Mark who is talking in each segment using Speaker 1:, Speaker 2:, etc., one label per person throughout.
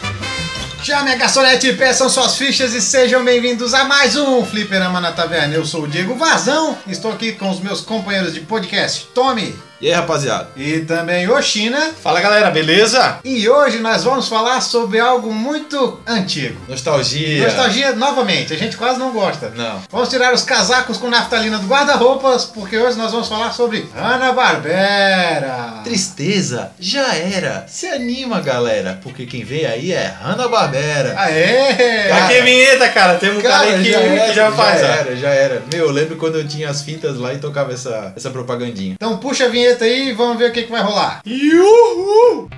Speaker 1: Fliperama e a garçonete peçam suas fichas e sejam bem-vindos a mais um Fliperama na Taverna. Eu sou o Diego Vazão, estou aqui com os meus companheiros de podcast, Tommy
Speaker 2: E aí, rapaziada?
Speaker 1: e também Oshina.
Speaker 3: Fala galera, beleza?
Speaker 1: E hoje nós vamos falar sobre algo muito antigo.
Speaker 2: Nostalgia.
Speaker 1: Nostalgia novamente, a gente quase não gosta.
Speaker 2: Não.
Speaker 1: Vamos tirar os casacos com naftalina do guarda-roupas, porque hoje nós vamos falar sobre Hanna-Barbera.
Speaker 2: Tristeza já era. Se anima, galera, porque quem vem aí é Hanna-Barbera.
Speaker 1: Aê!
Speaker 3: Aqui Ah, é vinheta, cara. Temos um cara, aqui que já, faz.
Speaker 2: Já
Speaker 3: ó.
Speaker 2: era, já era. Meu, eu lembro quando eu tinha as fitas lá e tocava essa, essa propagandinha.
Speaker 1: Então puxa a vinheta aí e vamos ver o que, que vai rolar.
Speaker 3: Iuhu!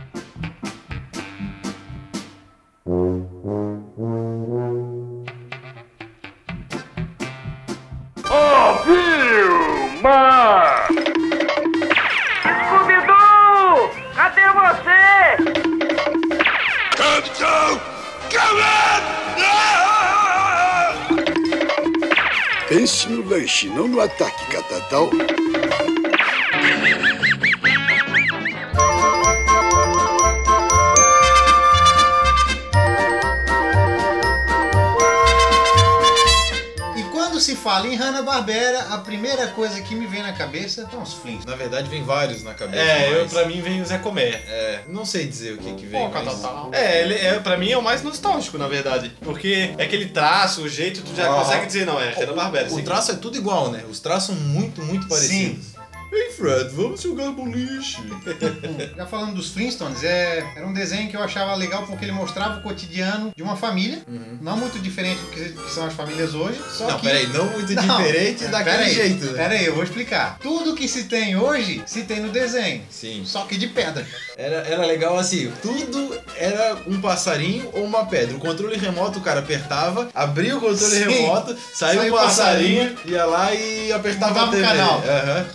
Speaker 4: Vilma! Scooby-Doo! Cadê você?
Speaker 5: Pense no lanche, não no ataque, Catatal.
Speaker 1: E quando se fala em Hanna-Barbera, a primeira coisa que me vem na cabeça são os Flintstones.
Speaker 2: Na verdade, vem vários na cabeça.
Speaker 3: É, eu,
Speaker 2: mas-
Speaker 3: pra mim vem o Zé Comer.
Speaker 2: É, não sei dizer o que que vem,
Speaker 1: Pô,
Speaker 2: mas...
Speaker 1: Catatal.
Speaker 3: É, ele é, pra mim é o mais nostálgico, na verdade. Porque é aquele traço, o jeito, tu já
Speaker 2: Aham.
Speaker 3: consegue dizer, não, é Hanna Barbera.
Speaker 2: O traço é tudo igual, né? Os traços são muito, muito parecidos. Sim. Ei, Fred, vamos jogar boliche. É.
Speaker 1: Já falando dos Flintstones, é, era um desenho que eu achava legal porque ele mostrava o cotidiano de uma família, não muito diferente do que, que são as famílias hoje, só
Speaker 2: Uhum. Não,
Speaker 1: que...
Speaker 2: peraí, não muito
Speaker 1: Não,
Speaker 3: é,
Speaker 2: diferente daquele
Speaker 1: peraí,
Speaker 2: jeito, né?
Speaker 1: Peraí, eu vou explicar. Tudo que se tem hoje, se tem no desenho.
Speaker 2: Sim.
Speaker 1: Só que de pedra.
Speaker 2: Era, era legal assim, tudo era um passarinho ou uma pedra. O controle remoto o cara apertava, abria o controle
Speaker 1: Sim.
Speaker 2: remoto, saía
Speaker 1: Saiu
Speaker 2: o
Speaker 1: o passarinho.
Speaker 2: passarinho, ia lá e apertava
Speaker 1: Mudava
Speaker 2: o
Speaker 1: o
Speaker 2: TV.
Speaker 1: canal.
Speaker 2: Aham.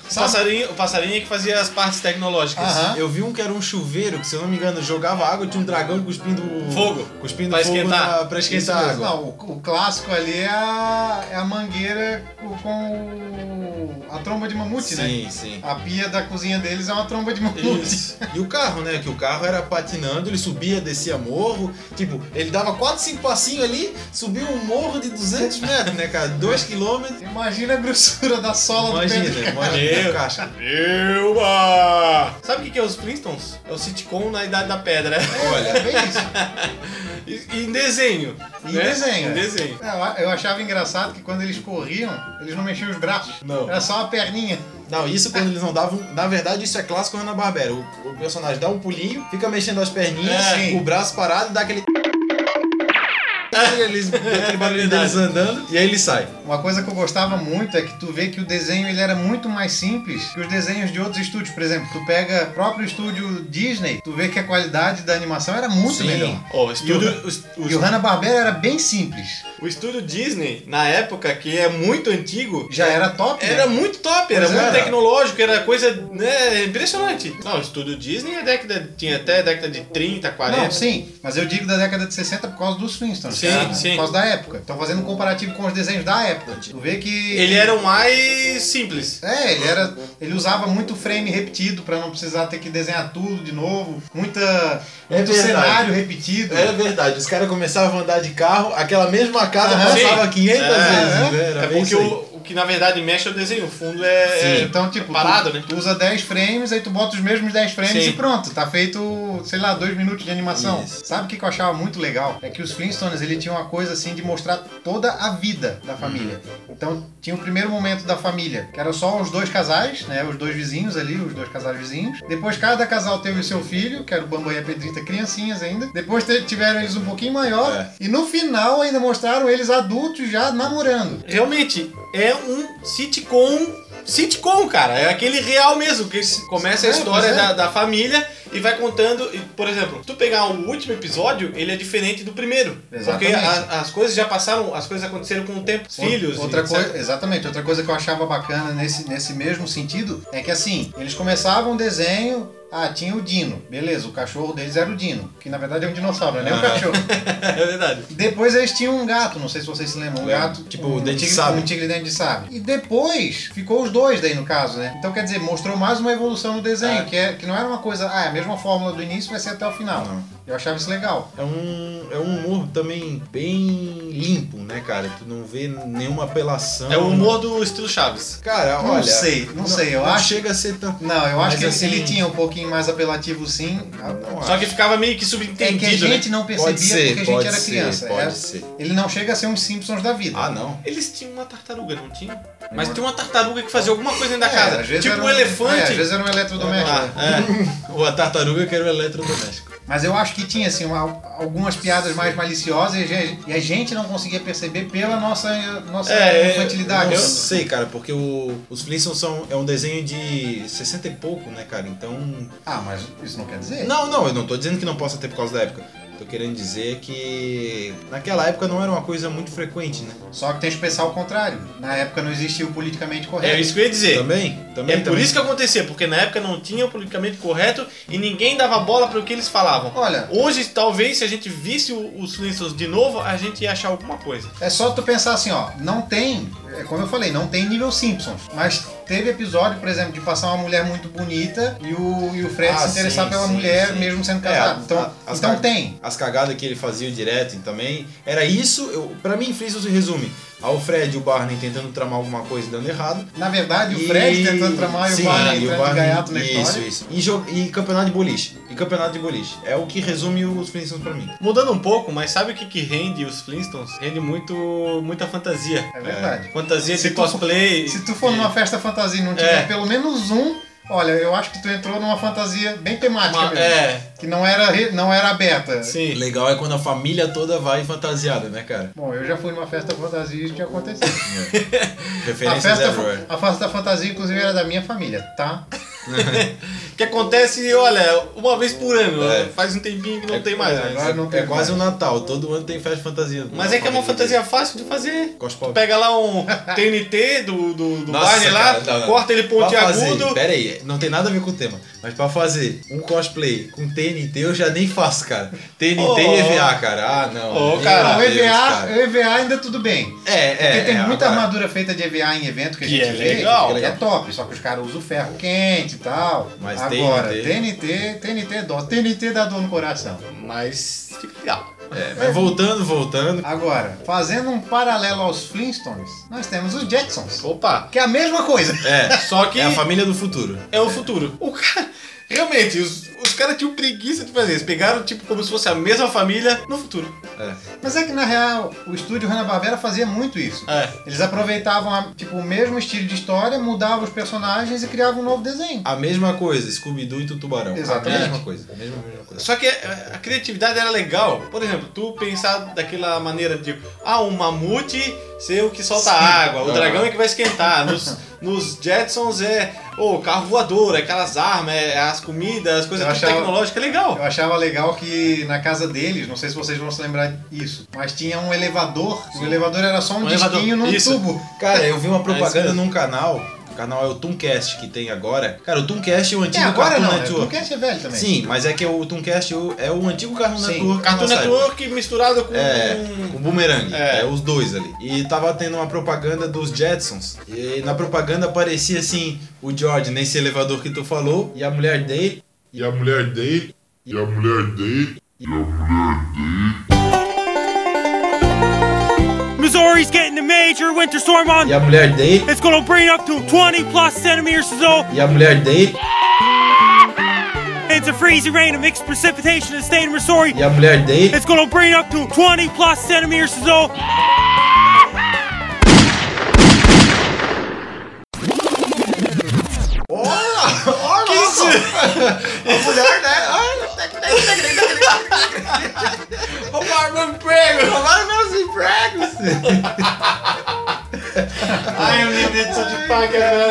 Speaker 3: O passarinho, o passarinho é que fazia as partes tecnológicas.
Speaker 1: Aham.
Speaker 2: Eu vi um que era um chuveiro, que se eu não me engano, jogava água, tinha um dragão cuspindo
Speaker 3: Fogo.
Speaker 2: cuspindo
Speaker 3: Pra
Speaker 2: fogo
Speaker 3: esquentar.
Speaker 2: na- pra esquentar a
Speaker 1: Isso mesmo.
Speaker 2: água.
Speaker 1: Não, o, o clássico ali é a, é a mangueira com, com o- a tromba de mamute, né?
Speaker 2: sim, sim.
Speaker 1: A pia da cozinha deles é uma tromba de mamute.
Speaker 3: Isso.
Speaker 2: E o carro, né? Que o carro era patinando, ele subia, descia morro. Tipo, ele dava 4, 5 passinhos ali, subia um morro de 200 metros, né, cara? 2 quilômetros.
Speaker 1: Imagina a grossura da sola do pé.
Speaker 2: Imagina,
Speaker 1: do cara.
Speaker 2: imagina
Speaker 3: Meu.
Speaker 2: a caixa.
Speaker 3: Vilma! Sabe o que que é os Flintstones? É o sitcom na Idade da Pedra.
Speaker 2: Olha,
Speaker 1: É bem isso.
Speaker 3: E, e em desenho.
Speaker 1: Em
Speaker 3: né?
Speaker 1: desenho,
Speaker 3: Em
Speaker 1: é.
Speaker 3: desenho.
Speaker 1: Eu, eu achava engraçado que quando eles corriam, eles não mexiam os braços.
Speaker 2: Não.
Speaker 1: Era só a perninha.
Speaker 2: Não, isso quando eles não davam. Na verdade, isso é clássico Hanna Barbera. O, o personagem dá um pulinho, fica mexendo as perninhas,
Speaker 1: É, sim.
Speaker 2: o braço parado, dá aquele. Eles aquele barulho deles
Speaker 3: Verdade.
Speaker 2: andando e aí ele sai.
Speaker 1: Uma coisa que eu gostava muito é que tu vê que o desenho ele era muito mais simples que os desenhos de outros estúdios. Por exemplo, tu pega o próprio estúdio Disney, tu vê que a qualidade da animação era muito
Speaker 2: Sim.
Speaker 1: melhor.
Speaker 3: Ó, o estúdio, o- o-
Speaker 1: E o Hanna-Barbera era bem simples.
Speaker 3: O estúdio Disney, na época, que é muito antigo,
Speaker 1: Já era top, né?
Speaker 3: É. Era muito top, era
Speaker 2: Pois
Speaker 3: muito
Speaker 2: era.
Speaker 3: tecnológico, era coisa né, impressionante. Não, o estúdio Disney é década, tinha até década de 30, 40.
Speaker 1: Não, sim, mas eu digo da década de 60 por causa dos Flintstones.
Speaker 3: Sim,
Speaker 1: tá?
Speaker 3: sim.
Speaker 1: Por causa da época. Então fazendo um comparativo com os desenhos da época. Tu vê que...
Speaker 3: Ele era o mais simples.
Speaker 1: É, ele era. Ele usava muito frame repetido pra não precisar ter que desenhar tudo de novo. Muita,
Speaker 2: É
Speaker 1: muito
Speaker 2: verdade. É
Speaker 1: cenário repetido.
Speaker 2: Era verdade, os caras começavam a andar de carro, aquela mesma casa
Speaker 1: Aham.
Speaker 2: passava
Speaker 3: Sim.
Speaker 2: 500
Speaker 3: É,
Speaker 2: vezes. né? Era
Speaker 3: é
Speaker 2: bem
Speaker 3: porque
Speaker 2: isso aí.
Speaker 3: o, o que na verdade mexe é o desenho. O fundo é.
Speaker 1: É,
Speaker 3: é-
Speaker 1: então, tipo,
Speaker 3: parado,
Speaker 1: tu,
Speaker 3: né?
Speaker 1: tu usa 10 frames, aí tu bota os mesmos 10 frames
Speaker 3: Sim.
Speaker 1: e pronto. Tá feito, sei lá, dois minutos de animação.
Speaker 2: Isso.
Speaker 1: Sabe o que, que eu achava muito legal? É que os Flintstones, ele tinha uma coisa assim de mostrar toda a vida
Speaker 2: Uhum.
Speaker 1: da família. Então, tinha o primeiro momento da família, que era só os dois casais, né? Os dois vizinhos ali, os dois casais vizinhos. Depois, cada casal teve o seu filho, que era o Bambu e a Pedrita, criancinhas ainda. Depois te- tiveram eles um pouquinho maior.
Speaker 2: É.
Speaker 1: E no final, ainda mostraram eles adultos já namorando.
Speaker 3: Realmente, é um sitcom. Sitcom, cara, é aquele real mesmo, que se- começa a
Speaker 1: É,
Speaker 3: história
Speaker 1: pois é.
Speaker 3: da, da família e vai contando. e, por exemplo, se tu pegar o último episódio, ele é diferente do primeiro.
Speaker 1: Exatamente.
Speaker 3: Porque a- as coisas já passaram, as coisas aconteceram com o tempo. Filhos,
Speaker 1: Outra
Speaker 3: e-
Speaker 1: coisa, exatamente. Outra coisa que eu achava bacana nesse, nesse mesmo sentido é que assim, eles começavam o desenho. Ah, tinha o Dino. Beleza, o cachorro deles era o Dino. Que na verdade é um dinossauro, não é nem um cachorro.
Speaker 3: É verdade.
Speaker 1: Depois eles tinham um gato, não sei se vocês se lembram. Um gato.
Speaker 2: Tipo,
Speaker 1: um
Speaker 2: o dente de
Speaker 1: tigre-
Speaker 2: sabre.
Speaker 1: Um tigre dente de sabre. E depois ficou os dois daí, no caso, né? Então quer dizer, mostrou mais uma evolução no desenho,
Speaker 2: É.
Speaker 1: que, é, que não era uma coisa. Ah, é a mesma mesma fórmula do início vai ser até o final.
Speaker 2: Não.
Speaker 1: Eu achava isso legal.
Speaker 2: É um, é um humor também bem limpo, né, cara? Tu não vê nenhuma apelação.
Speaker 3: É o humor do estilo Chaves.
Speaker 2: Cara,
Speaker 1: Não
Speaker 2: olha.
Speaker 1: sei, não sei, eu acho-
Speaker 2: chega a ser tão.
Speaker 1: Não, eu acho
Speaker 2: Mas
Speaker 1: que ele-
Speaker 2: assim-
Speaker 1: ele tinha um pouquinho mais apelativo sim.
Speaker 2: Não
Speaker 3: Só
Speaker 2: acho.
Speaker 3: que ficava meio que
Speaker 1: É que a
Speaker 3: subentendido, né?
Speaker 1: gente não percebia
Speaker 2: Pode ser,
Speaker 1: porque a gente
Speaker 2: pode
Speaker 1: era
Speaker 2: ser,
Speaker 1: criança.
Speaker 2: pode
Speaker 1: É-
Speaker 2: ser.
Speaker 1: Ele não chega a ser um Simpsons da vida.
Speaker 2: Ah, não.
Speaker 3: Eles tinham uma tartaruga, não tinha? Mas tinha uma tartaruga que fazia alguma coisa dentro da casa.
Speaker 1: É, às vezes
Speaker 3: tipo
Speaker 1: era
Speaker 3: um elefante.
Speaker 1: É, às vezes era um eletrodoméstico. né?
Speaker 2: É. Ou a tartaruga que era o eletrodoméstico.
Speaker 1: Mas eu acho que tinha, assim, uma- algumas piadas mais maliciosas e a- e a gente não conseguia perceber pela nossa, nossa
Speaker 3: É, é,
Speaker 1: infantilidade.
Speaker 2: Eu sei, cara, porque o, os Flintstones são, é um desenho de 60 e pouco, né, cara? Então.
Speaker 1: Ah, mas isso não quer dizer?
Speaker 2: Não, não, eu não tô dizendo que não possa ter por causa da época. Tô querendo dizer que naquela época não era uma coisa muito frequente, né?
Speaker 1: Só que tem que pensar o contrário. Na época não existia o politicamente correto.
Speaker 3: É isso que eu ia dizer.
Speaker 2: Também, também.
Speaker 3: é por
Speaker 2: também.
Speaker 3: isso que acontecia, porque na época não tinha o politicamente correto e ninguém dava bola para o que eles falavam.
Speaker 1: Olha,
Speaker 3: Hoje, talvez, se a gente visse o- os Flintstones de novo, a gente ia achar alguma coisa.
Speaker 1: é só tu pensar assim, ó, não tem, é como eu falei, não tem nível Simpsons. Mas teve episódio, por exemplo, de passar uma mulher muito bonita e o, e o Fred
Speaker 2: Ah,
Speaker 1: se interessar
Speaker 2: sim,
Speaker 1: pela
Speaker 2: sim,
Speaker 1: mulher
Speaker 2: sim.
Speaker 1: mesmo sendo
Speaker 2: É,
Speaker 1: casado. então
Speaker 2: a- as
Speaker 1: então
Speaker 2: ca-
Speaker 1: tem.
Speaker 2: As cagadas que ele fazia direto e também. Era isso, eu, pra mim, Flintstones se resume ao Fred e o Barney tentando tramar alguma coisa e dando errado.
Speaker 1: Na verdade, o Fred tentando tramar e o
Speaker 2: Sim, é,
Speaker 1: Barney
Speaker 2: e o
Speaker 1: entrando de
Speaker 2: Barney-
Speaker 1: gaiato na
Speaker 2: isso,
Speaker 1: história.
Speaker 2: Isso, E, jogo- e campeonato de boliche. E campeonato de boliche. É o que resume os Flintstones pra mim.
Speaker 3: Mudando um pouco, mas sabe o que, que rende os Flintstones? Rende muito, muita fantasia.
Speaker 1: É verdade.
Speaker 3: Fantasia
Speaker 1: Se
Speaker 3: de
Speaker 1: tu for-
Speaker 3: cosplay.
Speaker 1: Se tu for
Speaker 3: de-
Speaker 1: numa festa fantasia e não tiver
Speaker 3: É.
Speaker 1: pelo menos um, olha, eu acho que tu entrou numa fantasia bem temática
Speaker 3: uma-
Speaker 1: mesmo.
Speaker 3: É,
Speaker 1: Que não era, re- não era aberta.
Speaker 3: sim.
Speaker 2: Legal é quando a família toda vai fantasiada, né, cara?
Speaker 1: Bom, eu já fui numa festa fantasia e isso tinha acontecido. A
Speaker 2: Referências
Speaker 1: festa,
Speaker 2: everywhere.
Speaker 1: a festa fantasia, inclusive, era da minha família, tá?
Speaker 3: Que acontece, olha, uma vez por ano.
Speaker 2: É.
Speaker 3: Faz um tempinho que não
Speaker 2: É-
Speaker 3: tem mais. né?
Speaker 1: agora não tem
Speaker 2: É quase
Speaker 1: mais.
Speaker 2: um Natal, todo ano tem festa de fantasia.
Speaker 3: Mas é que é uma fantasia fácil de fazer.
Speaker 2: Cospa...
Speaker 3: Tu pega lá um TNT do, do, do Barney lá, corta ele um
Speaker 2: Fazer,
Speaker 3: pontiagudo.
Speaker 2: pera aí, não tem nada a ver com o tema. Mas pra fazer um cosplay com TNT, eu já nem faço, cara. TNT
Speaker 3: Oh.
Speaker 2: e EVA, cara. Ah, não.
Speaker 3: Oh,
Speaker 2: Meu
Speaker 3: cara,
Speaker 1: não,
Speaker 2: Deus,
Speaker 1: EVA,
Speaker 2: cara.
Speaker 1: EVA ainda tudo bem.
Speaker 2: É, é.
Speaker 1: Porque tem
Speaker 2: é,
Speaker 1: muita
Speaker 2: agora-
Speaker 1: armadura feita de EVA em evento que a
Speaker 3: Que
Speaker 1: gente
Speaker 3: é
Speaker 1: vê.
Speaker 3: legal.
Speaker 1: que é top. Só que os caras usam ferro quente e tal.
Speaker 2: Mas
Speaker 1: Agora,
Speaker 2: TNT.
Speaker 1: TNT, TNT é dó. TNT dá dor no coração.
Speaker 3: Mas fica legal.
Speaker 2: É, mas voltando, voltando.
Speaker 1: Agora, fazendo um paralelo aos Flintstones, nós temos os Jetsons.
Speaker 3: Opa!
Speaker 1: Que é a mesma coisa.
Speaker 2: É,
Speaker 3: Só que
Speaker 2: é a família do futuro.
Speaker 3: é o futuro. O cara. Realmente, os, os caras tinham preguiça de fazer. Eles pegaram, tipo, como se fosse a mesma família no futuro.
Speaker 2: É.
Speaker 1: Mas é que na real, o estúdio Hanna-Barbera fazia muito isso.
Speaker 3: É.
Speaker 1: Eles aproveitavam a- tipo, o mesmo estilo de história, mudavam os personagens e criavam um novo desenho.
Speaker 2: A mesma coisa, Scooby-Doo e Tubarão.
Speaker 1: Exatamente.
Speaker 2: A mesma coisa. A mesma, mesma coisa.
Speaker 3: Só que é, a, a criatividade era legal. Por exemplo, tu pensar daquela maneira de, ah, o mamute ser o que solta água, o
Speaker 2: Ah.
Speaker 3: dragão é que vai esquentar. Nos, nos Jetsons é o carro voador, aquelas armas, é as comidas, as coisas
Speaker 1: Eu
Speaker 3: tudo
Speaker 1: achava-
Speaker 3: tecnológicas, é legal.
Speaker 1: Eu achava legal que na casa deles, não sei se vocês vão se lembrar disso, mas tinha um elevador. O elevador era só um,
Speaker 3: Um elevador.
Speaker 1: disquinho num
Speaker 3: Isso.
Speaker 1: tubo.
Speaker 2: Cara, eu vi uma
Speaker 3: É isso
Speaker 2: propaganda
Speaker 3: mesmo.
Speaker 2: num canal. O canal é o Tooncast que tem agora. Cara, o Tooncast é o
Speaker 1: É,
Speaker 2: antigo
Speaker 1: agora
Speaker 2: Cartoon
Speaker 1: não, né?
Speaker 2: Network.
Speaker 1: Porque é velho também.
Speaker 2: Sim, mas é que o Tooncast é o- é o antigo Cartoon
Speaker 1: Sim.
Speaker 2: Network.
Speaker 3: Cartoon
Speaker 2: da nossa
Speaker 3: Network misturado com.
Speaker 2: É, com boomerang.
Speaker 3: É.
Speaker 2: É. os dois ali. E tava tendo uma propaganda dos Jetsons. E na propaganda aparecia assim: o George nesse elevador que tu falou, e a mulher dele. E a mulher dele. E a mulher dele.
Speaker 6: Missouri's getting a major winter storm on.
Speaker 2: E a mulher dele.
Speaker 6: It's gonna bring up to 20 plus centimeters of snow.
Speaker 2: E a mulher dele.
Speaker 6: It's a freezing rain of mixed precipitation in the state of Missouri.
Speaker 2: E a mulher dele.
Speaker 6: It's gonna bring up to 20 plus centimeters of snow.
Speaker 2: Que isso? a mulher, né?
Speaker 3: Roubaram meu emprego!
Speaker 2: Roubaram meus empregos!
Speaker 3: Ai, eu me dedo de pá, é cara.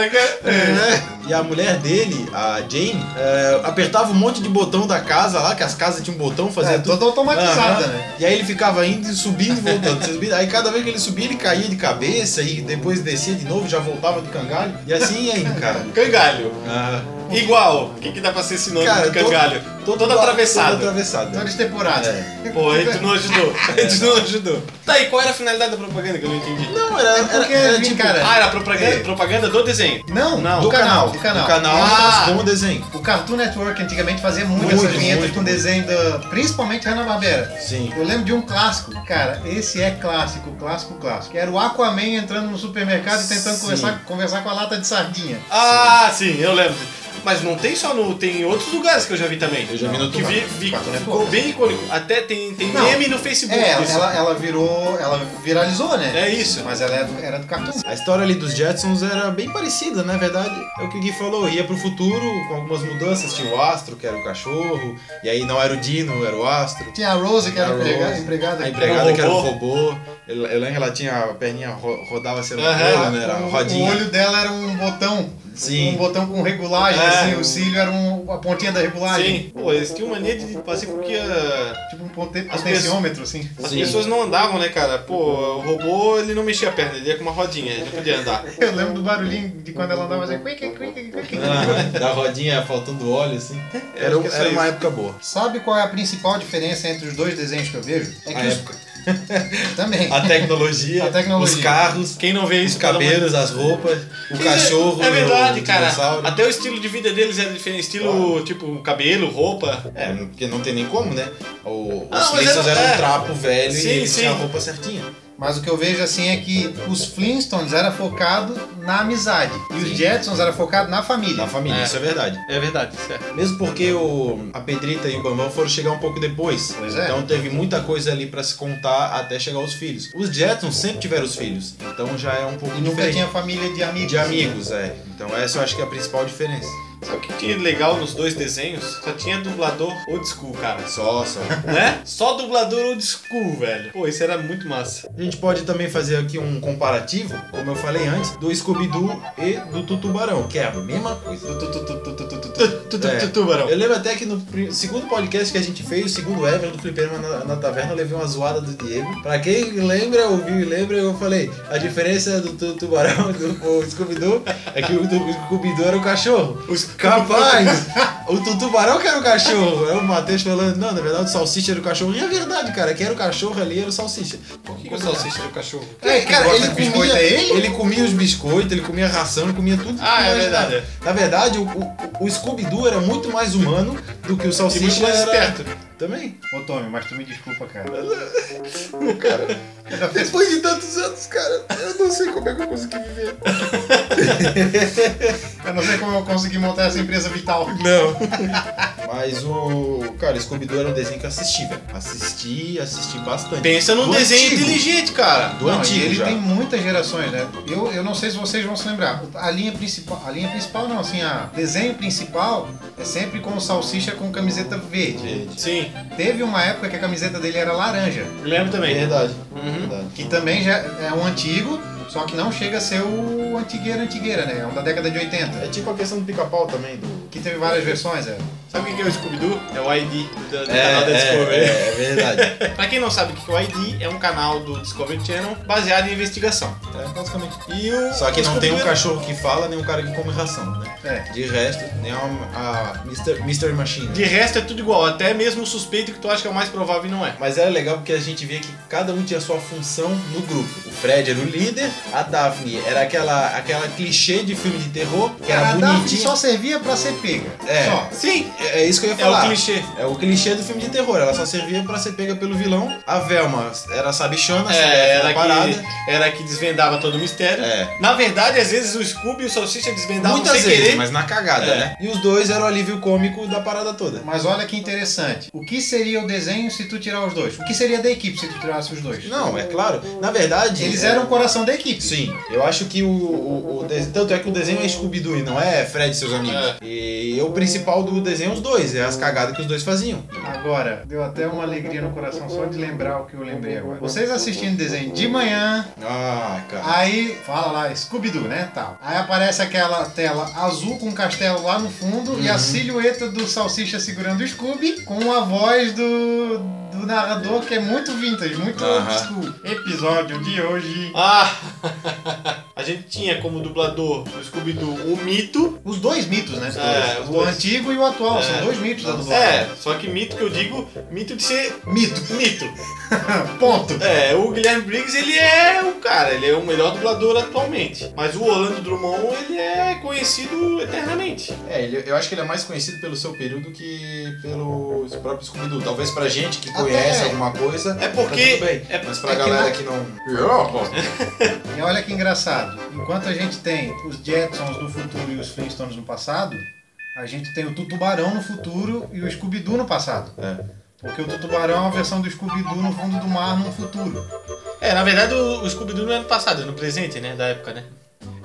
Speaker 2: né? E a mulher dele, a Jane, é, apertava um monte de botão da casa lá, que as casas tinham um botão, fazia
Speaker 1: É,
Speaker 2: tudo.
Speaker 1: toda automatizada,
Speaker 2: Aham.
Speaker 1: né?
Speaker 2: E aí ele ficava indo e subindo e voltando. subindo. Aí cada vez que ele subia, ele caía de cabeça e depois descia de novo, já voltava do cangalho. E assim ia indo, cara.
Speaker 3: Cangalho.
Speaker 2: Aham.
Speaker 3: Igual. O que, que dá pra ser sinônimo
Speaker 2: Cara,
Speaker 3: de cangalho?
Speaker 2: todo-
Speaker 3: Toda, atravessada.
Speaker 2: Toda atravessada. É.
Speaker 1: Todas as temporadas.
Speaker 3: Pô, aí tu não ajudou. Aí tu não ajudou. Tá, aí qual era a finalidade da propaganda que eu não entendi?
Speaker 2: Não, era,
Speaker 1: É porque,
Speaker 2: era, era
Speaker 1: gente,
Speaker 2: tipo...
Speaker 1: cara,
Speaker 3: Ah, era propaganda,
Speaker 1: É.
Speaker 3: propaganda do desenho.
Speaker 1: Não,
Speaker 3: Não,
Speaker 1: do,
Speaker 3: do
Speaker 1: canal, do canal.
Speaker 2: O canal assim.
Speaker 3: Ah!
Speaker 2: mas com o desenho.
Speaker 1: O Cartoon Network antigamente fazia muito,
Speaker 2: Muito,
Speaker 1: essas vinhetas
Speaker 2: muito,
Speaker 1: com
Speaker 2: muito.
Speaker 1: desenho da. Principalmente Hanna-Barbera.
Speaker 2: Sim.
Speaker 1: Eu lembro de um clássico, cara, esse é clássico, clássico, clássico. Que era o Aquaman entrando no supermercado e tentando
Speaker 2: Sim.
Speaker 1: conversar, conversar com a lata de sardinha.
Speaker 3: Ah, sim, eu lembro. Mas não tem só no. Tem em outros lugares que eu já vi também.
Speaker 2: Eu já vi no né?
Speaker 3: Que vi, vi,
Speaker 1: Cartoon
Speaker 3: ficou
Speaker 1: Network.
Speaker 3: bem icônico. Até tem, tem
Speaker 1: Não.
Speaker 3: meme no Facebook.
Speaker 1: É, ela,
Speaker 3: disso.
Speaker 1: ela, ela virou. Ela viralizou, né?
Speaker 3: É isso.
Speaker 1: Mas ela é do- era do Cartoon.
Speaker 2: A história ali dos Jetsons era bem parecida, na verdade. É o que o Gui falou, ia pro futuro com algumas mudanças. Tinha o Astro, que era o cachorro, e aí não era o Dino, era o Astro.
Speaker 1: Tinha a Rose, que era
Speaker 2: A Rose,
Speaker 1: empregada. empregada
Speaker 2: A empregada que era o
Speaker 3: um robô.
Speaker 2: robô. Eu eu lembro que ela tinha a perninha, ro- rodava sendo
Speaker 3: Aham. Um
Speaker 2: ela, né? Era a
Speaker 1: O-
Speaker 2: rodinha.
Speaker 1: O olho dela era um botão.
Speaker 2: Sim.
Speaker 1: Um botão com regulagem,
Speaker 3: É.
Speaker 1: assim. O cílio era um- a pontinha da regulagem.
Speaker 3: Sim. Pô, eles tinham mania de fazer com que ah,
Speaker 1: Tipo um ponte-
Speaker 3: As
Speaker 1: potenciômetro, assim.
Speaker 3: as
Speaker 2: Sim.
Speaker 3: pessoas não andavam, né, cara? Pô, o robô ele não mexia a perna, ele ia com uma rodinha, ele não podia andar.
Speaker 1: Eu lembro do barulhinho de quando ela andava assim. "Quique, quique, quique".
Speaker 2: Ah, da rodinha faltando óleo, assim. Era,
Speaker 3: acho que é só
Speaker 2: era uma
Speaker 3: isso.
Speaker 2: época boa.
Speaker 1: Sabe qual é a principal diferença entre os dois desenhos que eu vejo? É que
Speaker 2: A
Speaker 1: os-
Speaker 2: época.
Speaker 1: também.
Speaker 2: Ah, é. A tecnologia,
Speaker 1: A tecnologia.
Speaker 2: os carros,
Speaker 3: Ah, Quem não vê
Speaker 2: os
Speaker 3: isso, cada um-
Speaker 2: cabelos, as roupas, o
Speaker 3: Quer dizer,
Speaker 2: cachorro,
Speaker 3: É verdade,
Speaker 2: o
Speaker 3: cara.
Speaker 2: dinossauro.
Speaker 3: Até o estilo de vida deles era diferente. Estilo, tipo, cabelo, roupa.
Speaker 2: É, porque não tem nem como, né? O, os
Speaker 3: Ah, mas
Speaker 2: Flintstones
Speaker 3: era-
Speaker 2: eram
Speaker 3: é.
Speaker 2: um trapo velho
Speaker 3: Sim,
Speaker 2: e eles
Speaker 3: sim.
Speaker 2: tinham a roupa certinha.
Speaker 1: Mas o que eu vejo assim é que os Flintstones era focado na amizade. E os
Speaker 2: Sim.
Speaker 1: Jetsons era focado na
Speaker 2: Na
Speaker 1: família.
Speaker 2: família,
Speaker 3: É.
Speaker 2: isso é verdade.
Speaker 3: É verdade, certo.
Speaker 2: Mesmo porque o, a Pedrita e o Bambam foram chegar um pouco depois.
Speaker 1: Pois é.
Speaker 2: Então teve muita coisa ali pra se contar até chegar os filhos. Os Jetsons sempre tiveram os filhos, então já é um pouco
Speaker 1: E nunca
Speaker 2: diferente.
Speaker 1: tinha família de amigos.
Speaker 2: De amigos, é. Então essa eu acho que é a principal diferença.
Speaker 3: Sabe o que tinha de legal nos dois desenhos? Só tinha dublador old school, cara.
Speaker 2: Só, só.
Speaker 3: Né? Só dublador old school, velho. Pô, isso era muito massa.
Speaker 2: A gente pode também fazer aqui um comparativo, como eu falei antes, do Scooby-Doo e do Tutubarão, que é a mesma coisa.
Speaker 3: Tu, tu, tu, tu, tu, tu, tu, tu, tu, tu,
Speaker 2: É.
Speaker 3: tu, tubarão.
Speaker 2: Eu lembro até que no pri- segundo podcast que a gente fez, o segundo Ever do Fliperama na, na Taverna, eu levei uma zoada do Diego. Pra quem lembra, ouviu e lembra, eu falei: a diferença do tu- Tubarão e do o Scooby-Doo é que o, do- o Scooby-Doo era o cachorro.
Speaker 3: Os capazes.
Speaker 2: Capaz! O tu- tubarão que era o cachorro. Aí o Matheus falando, não, na verdade o salsicha era o cachorro. E é verdade, cara, quem era o cachorro ali era o salsicha.
Speaker 3: Por que que o salsicha do cachorro?
Speaker 1: É, cara, ele biscoito é ele?
Speaker 2: ele comia os biscoitos, ele comia ração, ele comia tudo. que
Speaker 3: Ah,
Speaker 2: tu
Speaker 3: é
Speaker 2: imaginava.
Speaker 3: verdade.
Speaker 2: Na verdade, o, o, o Scooby-Doo era muito mais humano do que o
Speaker 3: E muito
Speaker 2: salsicha
Speaker 3: mais
Speaker 2: era...
Speaker 3: esperto.
Speaker 2: Também.
Speaker 1: Ô, Tommy, mas tu me desculpa, cara.
Speaker 2: Depois de tantos anos, cara, eu não sei como é que eu consegui viver.
Speaker 1: Eu não sei como eu consegui montar essa empresa vital.
Speaker 2: Não. Mas o. Cara, Scooby-Doo era um desenho que eu assisti, velho. Assisti, assisti bastante.
Speaker 3: Pensa num
Speaker 2: Do
Speaker 3: desenho
Speaker 2: antigo.
Speaker 3: inteligente, cara.
Speaker 2: Do
Speaker 1: Não, e
Speaker 2: antigo.
Speaker 1: ele
Speaker 2: já.
Speaker 1: tem muitas gerações, né? Eu, eu não sei se vocês vão se lembrar. A linha principal, a linha principal não, assim, a desenho principal é sempre com o salsicha com camiseta verde.
Speaker 3: Sim,
Speaker 1: Teve uma época que a camiseta dele era laranja,
Speaker 3: lembro também.
Speaker 2: É Verdade.
Speaker 3: Uhum.
Speaker 2: verdade.
Speaker 1: que também já é um antigo, só que não chega a ser o antigueira antigueira, né? É um da década de 80,
Speaker 2: É tipo a questão do pica-pau também, do.
Speaker 1: que teve várias versões, é.
Speaker 3: Sabe o que que é o Scooby-Doo? É o ID do, do canal da Discovery.
Speaker 2: é, é verdade.
Speaker 3: Pra quem não sabe o que é o ID, é um canal do Discovery Channel baseado em investigação.
Speaker 2: É, basicamente.
Speaker 3: E o
Speaker 2: Só que
Speaker 3: o
Speaker 2: não tem um
Speaker 3: Scooby-Doo-
Speaker 2: cachorro que fala, nem um cara que come ração, né?
Speaker 1: É.
Speaker 2: De resto, nem a, a Mr. Mr. Machine.
Speaker 3: De resto é tudo igual, até mesmo o suspeito que tu acha que é o mais provável e não é.
Speaker 2: Mas era legal porque a gente via que cada um tinha sua função no grupo. O Fred era o líder, a Daphne era aquela, aquela clichê de filme de terror, que era
Speaker 1: Cara, a Daphne
Speaker 2: bonitinha.
Speaker 1: só servia pra ser pega.
Speaker 2: É.
Speaker 1: Só.
Speaker 3: Sim,
Speaker 2: É é isso que eu ia
Speaker 3: é
Speaker 2: falar.
Speaker 3: o clichê.
Speaker 2: É o clichê do filme de terror, ela só servia pra ser pega pelo vilão. A Velma era sabichona,
Speaker 3: É,
Speaker 2: era
Speaker 3: era
Speaker 2: parada.
Speaker 3: que, era que desvendava todo o mistério.
Speaker 2: É.
Speaker 3: Na verdade, às vezes o Scooby e o Salsicha desvendavam
Speaker 2: Muitas
Speaker 3: um sem
Speaker 2: vezes,
Speaker 3: querer.
Speaker 2: mas na cagada,
Speaker 3: É.
Speaker 2: né? E os dois eram o alívio cômico da parada toda.
Speaker 1: Mas olha que interessante. O que seria o desenho se tu tirar os dois? O que seria da equipe se tu tirasse os dois?
Speaker 2: Não, é claro. Na verdade.
Speaker 1: Eles
Speaker 2: é-
Speaker 1: eram o coração da equipe.
Speaker 2: Sim, eu acho que o, o, o desenho. Tanto é que o desenho é Scooby-Doo e não é Fred e seus amigos. E o principal do desenho é os dois, é as cagadas que os dois faziam.
Speaker 1: Agora, deu até uma alegria no coração só de lembrar o que eu lembrei agora. Vocês assistindo desenho de manhã,
Speaker 2: Ah, cara.
Speaker 1: aí fala lá, Scooby-Doo, né? Tal. Aí aparece aquela tela azul com um castelo lá no fundo e
Speaker 3: Uhum.
Speaker 1: a silhueta do Salsicha segurando o Scooby com a voz do, do narrador que é muito vintage, muito old
Speaker 2: Aham.
Speaker 1: school. Episódio de hoje.
Speaker 3: Ah! a gente tinha como dublador do Scooby-Doo o Mito.
Speaker 1: Os dois mitos, né?
Speaker 3: É, os
Speaker 1: o
Speaker 3: dois.
Speaker 1: antigo e o atual.
Speaker 3: É.
Speaker 1: São dois mitos da dublagem.
Speaker 3: É, só que mito que eu digo, mito de ser
Speaker 1: Mito.
Speaker 3: mito.
Speaker 1: Ponto.
Speaker 3: É, o Guilherme Briggs, ele é o cara, ele é o melhor dublador atualmente. Mas o Orlando Drummond, ele é conhecido eternamente.
Speaker 2: É, ele- eu acho que ele é mais conhecido pelo seu período que pelo próprio Scooby-Doo. Talvez pra gente que conhece
Speaker 1: Até-
Speaker 2: alguma coisa.
Speaker 3: É porque-
Speaker 2: Tá tudo bem.
Speaker 3: é-
Speaker 2: Mas pra
Speaker 1: é que
Speaker 2: galera
Speaker 1: na-
Speaker 2: que não.
Speaker 1: E olha que engraçado. Enquanto a gente tem os Jetsons no futuro e os Flintstones no passado, a gente tem o Tutubarão no futuro e o Scooby-Doo no passado.
Speaker 2: É.
Speaker 1: Porque o Tutubarão é uma versão do Scooby-Doo no fundo do mar no futuro.
Speaker 3: É, na verdade, o, o Scooby-Doo não é no passado, é no presente, né, da época, né?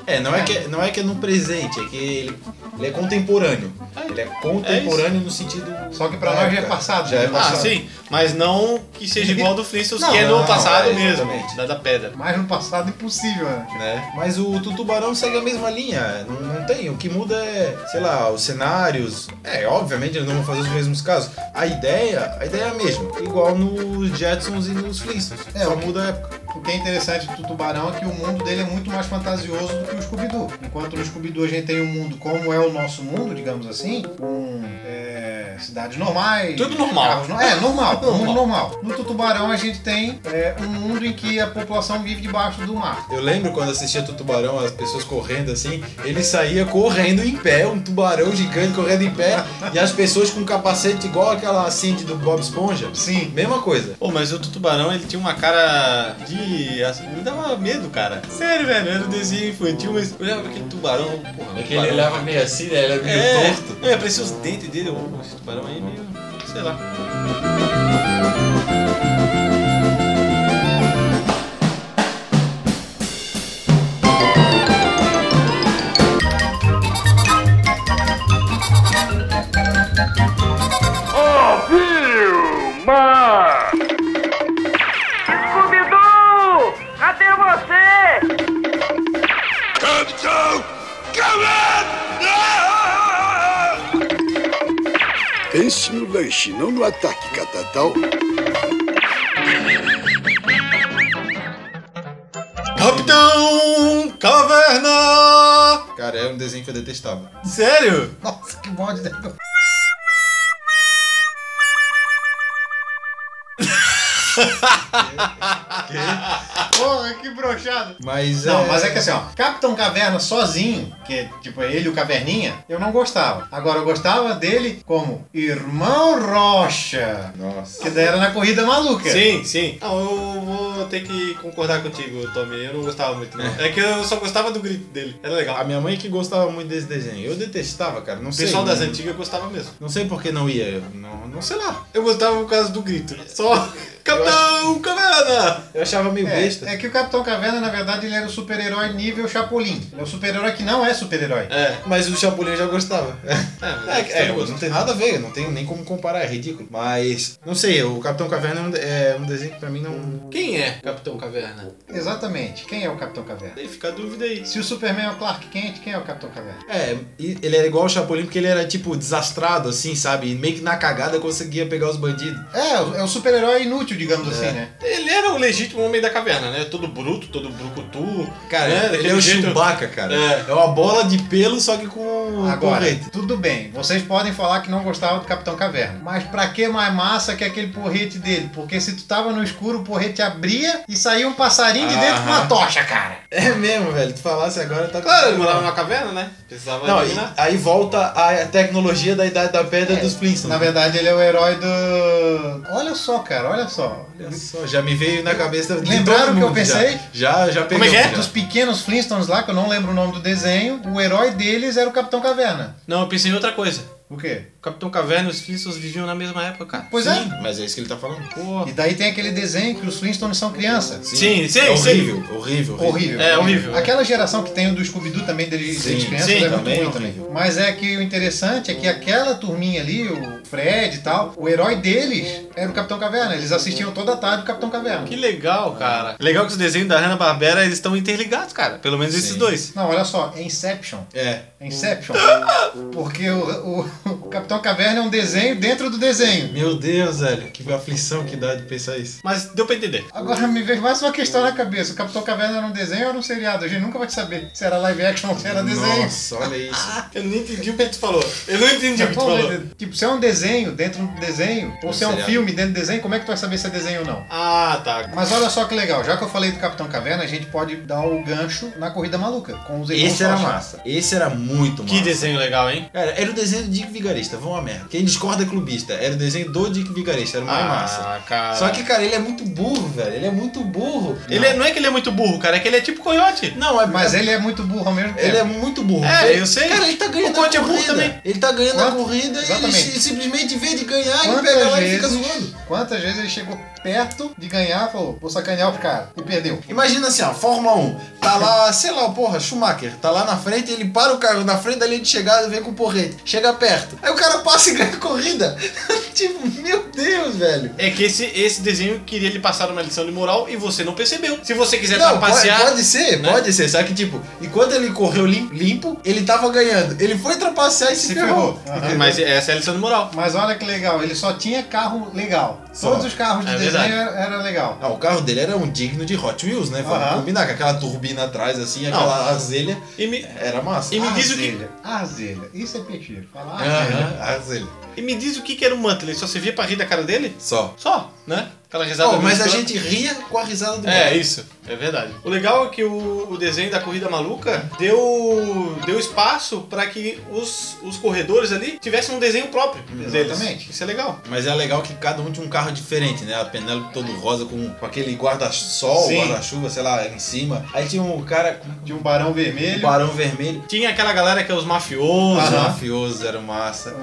Speaker 2: É, não é, que, não é que é no presente, é que ele, ele é contemporâneo. Ele é contemporâneo no sentido.
Speaker 1: Só que pra
Speaker 2: da
Speaker 1: nós já é
Speaker 2: época.
Speaker 1: passado,
Speaker 2: Já
Speaker 1: né?
Speaker 2: é
Speaker 1: Ah,
Speaker 3: Ah,
Speaker 2: passado.
Speaker 3: sim, mas não que seja igual ao do Flintstones,
Speaker 2: Não,
Speaker 3: que é no
Speaker 2: não,
Speaker 3: passado
Speaker 2: é,
Speaker 3: mesmo,
Speaker 2: exatamente.
Speaker 3: da da pedra.
Speaker 1: Mais no passado impossível, né?
Speaker 2: né? Mas o Tu- Tubarão segue a mesma linha, não, não tem. O que muda é, sei lá, os cenários. É, obviamente eles não vão fazer os mesmos casos. A ideia, a ideia é a mesma, igual nos Jetsons e nos Flintstones.
Speaker 1: É,
Speaker 2: Só
Speaker 1: o-
Speaker 2: muda a época.
Speaker 1: O que é interessante do Tubarão é que o mundo dele é muito mais fantasioso do que o Scooby-Doo. Enquanto no Scooby-Doo a gente tem um mundo como é o nosso mundo, digamos assim, com é, cidades normais...
Speaker 3: Tudo normal.
Speaker 1: carros no- É, normal, um mundo
Speaker 3: Normal.
Speaker 1: normal. No Tubarão a gente tem é, um mundo em que a população vive debaixo do mar.
Speaker 2: Eu lembro quando assistia Tu Tubarão, as pessoas correndo assim, ele saía correndo em pé, um tubarão gigante correndo em pé, e as pessoas com capacete igual aquela Cindy do Bob Esponja.
Speaker 1: Sim.
Speaker 2: Mesma coisa.
Speaker 3: Pô, mas o Tutubarão, ele tinha uma cara de... assim, Me dava medo, cara. Sério, velho, era um desenho infantil, mas eu olhava aquele tubarão, porra,
Speaker 2: É
Speaker 3: um tubarão.
Speaker 2: meio assim, né? Ele é
Speaker 3: É, não, e aparecia os dentes dele, ô, esse tubarão aí meio... sei lá.
Speaker 4: Vilma!
Speaker 7: Scooby-Doo! Cadê você?
Speaker 5: Pense no lanche, não no ataque, catatal.
Speaker 3: Capitão Caverna!
Speaker 2: Cara, é um desenho que eu detestava.
Speaker 3: Sério?
Speaker 1: Nossa, que bode. né? Porra, que brochado.
Speaker 2: Mas
Speaker 1: Não, mas é que assim, ó, Capitão Caverna sozinho, que tipo é ele e o Caverninha, eu não gostava. Agora eu gostava dele como Irmão Rocha,
Speaker 2: Nossa.
Speaker 1: que daí era na corrida maluca.
Speaker 3: Sim, sim. Não, eu vou ter que concordar contigo, Tommy. Eu não gostava muito, não. É que eu só gostava do grito dele. Era
Speaker 2: A
Speaker 3: legal.
Speaker 2: minha mãe que gostava muito desse desenho. Eu detestava, cara. Não
Speaker 3: O
Speaker 2: sei.
Speaker 3: pessoal das
Speaker 2: não-
Speaker 3: antigas gostava mesmo.
Speaker 2: Não sei por que não ia. Eu Não, não sei lá.
Speaker 3: Eu gostava por causa do grito. Só. Capitão Caverna!
Speaker 2: Eu achava meio besta.
Speaker 1: É, é que o Capitão Caverna, na verdade, ele era o super-herói nível Chapolin. Ele é o super-herói que não é super-herói.
Speaker 3: É.
Speaker 2: Mas o Chapolin eu já gostava. É,
Speaker 3: mas
Speaker 2: é, não tem nada a ver, não tem nem como comparar, é ridículo. Mas, não sei, o Capitão Caverna é um de- é um desenho que pra mim não.
Speaker 3: Quem é Capitão Caverna?
Speaker 1: Exatamente. Quem é o Capitão Caverna?
Speaker 3: Daí fica a dúvida aí.
Speaker 1: Se o Superman é o Clark Kent, quem é o Capitão Caverna?
Speaker 2: É, e ele era igual o Chapolin porque ele era tipo desastrado, assim, sabe? E meio que na cagada conseguia pegar os bandidos.
Speaker 1: É, é o super-herói inútil, digamos assim, né?
Speaker 3: Ele era o legítimo homem da caverna, né? Todo bruto, todo brucutu.
Speaker 2: Cara,
Speaker 3: né?
Speaker 2: ele
Speaker 3: Daquele
Speaker 2: é o
Speaker 3: jeito-
Speaker 2: Chewbacca, cara.
Speaker 3: É.
Speaker 2: uma bola de pelo, só que com.
Speaker 1: Agora,
Speaker 2: com
Speaker 1: tudo bem, vocês podem falar que não gostavam do Capitão Caverna, mas pra que mais massa que aquele porrete dele? Porque se tu tava no escuro, o porrete abria e saía um passarinho de dentro com uma
Speaker 2: Aham.
Speaker 1: tocha, cara.
Speaker 2: É mesmo, velho. Tu falasse agora, tá...
Speaker 3: Claro, ele morava numa caverna, né? Precisava
Speaker 2: Não, e,
Speaker 3: eliminar.
Speaker 2: aí volta a tecnologia da Idade da Pedra
Speaker 1: É,
Speaker 2: dos
Speaker 1: Na
Speaker 2: Flintstones.
Speaker 1: verdade, ele é o herói do. Olha só, cara, olha só.
Speaker 2: Olha só, já me veio na cabeça de
Speaker 1: Lembraram
Speaker 2: todo
Speaker 1: o que eu
Speaker 2: mundo
Speaker 1: pensei?
Speaker 2: Já, já, já
Speaker 3: Como é
Speaker 2: peguei.
Speaker 3: que é?
Speaker 2: já.
Speaker 1: Dos pequenos Flintstones lá, que eu não lembro o nome do desenho, o herói deles era o Capitão Caverna.
Speaker 3: Não, eu pensei em outra coisa.
Speaker 1: O quê?
Speaker 3: O Capitão Caverna e os Flintstones viviam na mesma época, cara.
Speaker 1: Pois
Speaker 2: Sim,
Speaker 1: é.
Speaker 2: mas é isso que ele tá falando.
Speaker 3: Pô.
Speaker 1: E daí tem aquele desenho que os Flintstones são crianças.
Speaker 2: é
Speaker 3: Sim, sim, sim.
Speaker 2: horrível, horrível, horrível.
Speaker 1: Horrível.
Speaker 3: É, horrível.
Speaker 1: Aquela geração que tem o do Scooby-Doo também, dele
Speaker 2: Sim,
Speaker 1: de crianças,
Speaker 3: sim,
Speaker 1: é muito
Speaker 2: também
Speaker 1: ruim
Speaker 2: é
Speaker 1: também.
Speaker 2: horrível.
Speaker 1: Mas é que o interessante é que aquela turminha ali, o Fred e tal, o herói deles era o Capitão Caverna. Eles assistiam toda tarde o Capitão Caverna.
Speaker 3: Que
Speaker 2: Ah.
Speaker 3: legal, cara. Legal que os desenhos da Hanna-Barbera, eles estão interligados, cara. Pelo menos esses
Speaker 2: Sim.
Speaker 3: dois.
Speaker 1: Não, olha só, é Inception.
Speaker 2: É.
Speaker 1: É Inception. Porque o, o, o Capitão Caverna é um desenho dentro do desenho.
Speaker 2: Meu Deus, velho, que aflição que dá de pensar isso.
Speaker 3: Mas deu pra entender.
Speaker 1: Agora me veio mais uma questão na cabeça. O Capitão Caverna era um desenho ou era um seriado? A gente nunca vai saber se era live action ou se era desenho.
Speaker 2: Nossa, olha isso.
Speaker 3: Eu não entendi o que tu falou. Eu não entendi o que tu
Speaker 1: Pô,
Speaker 3: falou.
Speaker 1: mas, tipo, se é um desenho dentro do desenho, ou se é um
Speaker 3: seriado.
Speaker 1: filme dentro do desenho, como é que tu vai saber se é desenho ou não?
Speaker 3: Ah, tá.
Speaker 1: Mas olha só que legal, já que eu falei do Capitão Caverna, a gente pode dar o gancho na Corrida Maluca, com os irmãos
Speaker 2: Esse era
Speaker 1: Wachowski.
Speaker 2: massa. Esse era muito massa.
Speaker 3: Que desenho legal, hein?
Speaker 2: Cara, era o desenho do Dick Vigarista, vão a merda. Quem discorda é clubista. Era o desenho do Dick Vigarista, era o mais é massa.
Speaker 3: Ah, cara.
Speaker 2: Só que, cara, ele é muito burro, velho. Ele é muito burro.
Speaker 3: Ele é- não é que ele é muito burro, cara, é que ele é tipo coiote.
Speaker 2: Não, é...
Speaker 1: Mas
Speaker 2: é-
Speaker 1: ele é muito burro ao mesmo tempo.
Speaker 2: Ele é muito burro.
Speaker 3: É,
Speaker 2: Ele-
Speaker 3: eu sei.
Speaker 2: Cara, ele tá ganhando
Speaker 3: O
Speaker 2: a
Speaker 3: Conte é burro
Speaker 2: corrida.
Speaker 3: também.
Speaker 2: Ele tá ganhando a
Speaker 1: Quanto-
Speaker 2: corrida e ele
Speaker 1: Exatamente.
Speaker 2: si- simplesmente, em vez de ganhar, ele pega
Speaker 1: Quantas
Speaker 2: lá e fica
Speaker 1: vezes,
Speaker 2: zoando.
Speaker 1: quantas vezes ele chegou perto de ganhar, falou, vou sacanear os caras, e perdeu.
Speaker 2: Imagina assim, ó, Fórmula 1. Tá lá, sei lá, porra, Schumacher. Tá lá na frente, ele para o carro na frente da linha de chegada e vem com o porrete. Chega perto. Aí o cara passa e ganha a corrida. tipo, meu Deus, velho.
Speaker 3: É que esse, esse desenho queria lhe passar uma lição de moral e você não percebeu. Se você quiser
Speaker 2: Não, pode,
Speaker 3: trapacear.
Speaker 2: pode ser,
Speaker 3: né?
Speaker 2: pode ser. Só que, tipo, enquanto ele correu lim- limpo, ele tava ganhando. Ele foi trapacear e se,
Speaker 1: Se
Speaker 2: ferrou.
Speaker 1: ferrou.
Speaker 3: É, Mas essa é a lição de moral.
Speaker 1: Mas olha que legal, ele só tinha carro legal.
Speaker 2: Só.
Speaker 1: Todos os carros de
Speaker 3: É
Speaker 1: desenho
Speaker 3: verdade.
Speaker 1: era, era legal.
Speaker 2: Ah, o carro dele era um digno de Hot Wheels, né? Vamos
Speaker 1: Aham.
Speaker 2: combinar, com aquela turbina atrás, assim,
Speaker 3: Não.
Speaker 2: aquela azelha.
Speaker 3: E me,
Speaker 2: Era massa.
Speaker 3: E me diz o que-
Speaker 1: Arzelha, Arzelha. Isso é peixe. Fala arzelha.
Speaker 2: Aham, azelha.
Speaker 3: e me diz o que, que era o manto. Ele só servia pra rir da cara dele?
Speaker 2: Só.
Speaker 3: Só, né? Aquela risada
Speaker 2: Oh, mas a
Speaker 3: escrota.
Speaker 2: gente ria com a risada do
Speaker 3: É,
Speaker 2: Mario.
Speaker 3: isso. É verdade. O legal é que o, o desenho da corrida maluca deu, deu espaço pra que os, os corredores ali tivessem um desenho próprio. deles.
Speaker 1: Exatamente.
Speaker 3: Isso é legal.
Speaker 2: Mas é legal que cada um tinha um carro diferente, né? A Penélope todo rosa com, com aquele guarda-sol,
Speaker 3: Sim.
Speaker 2: guarda-chuva, sei lá, em cima. Aí tinha um cara com
Speaker 1: De um barão
Speaker 2: um
Speaker 1: vermelho.
Speaker 2: barão vermelho.
Speaker 3: Tinha aquela galera que é os mafiosos.
Speaker 2: Os
Speaker 1: Aham.
Speaker 2: mafiosos eram massa.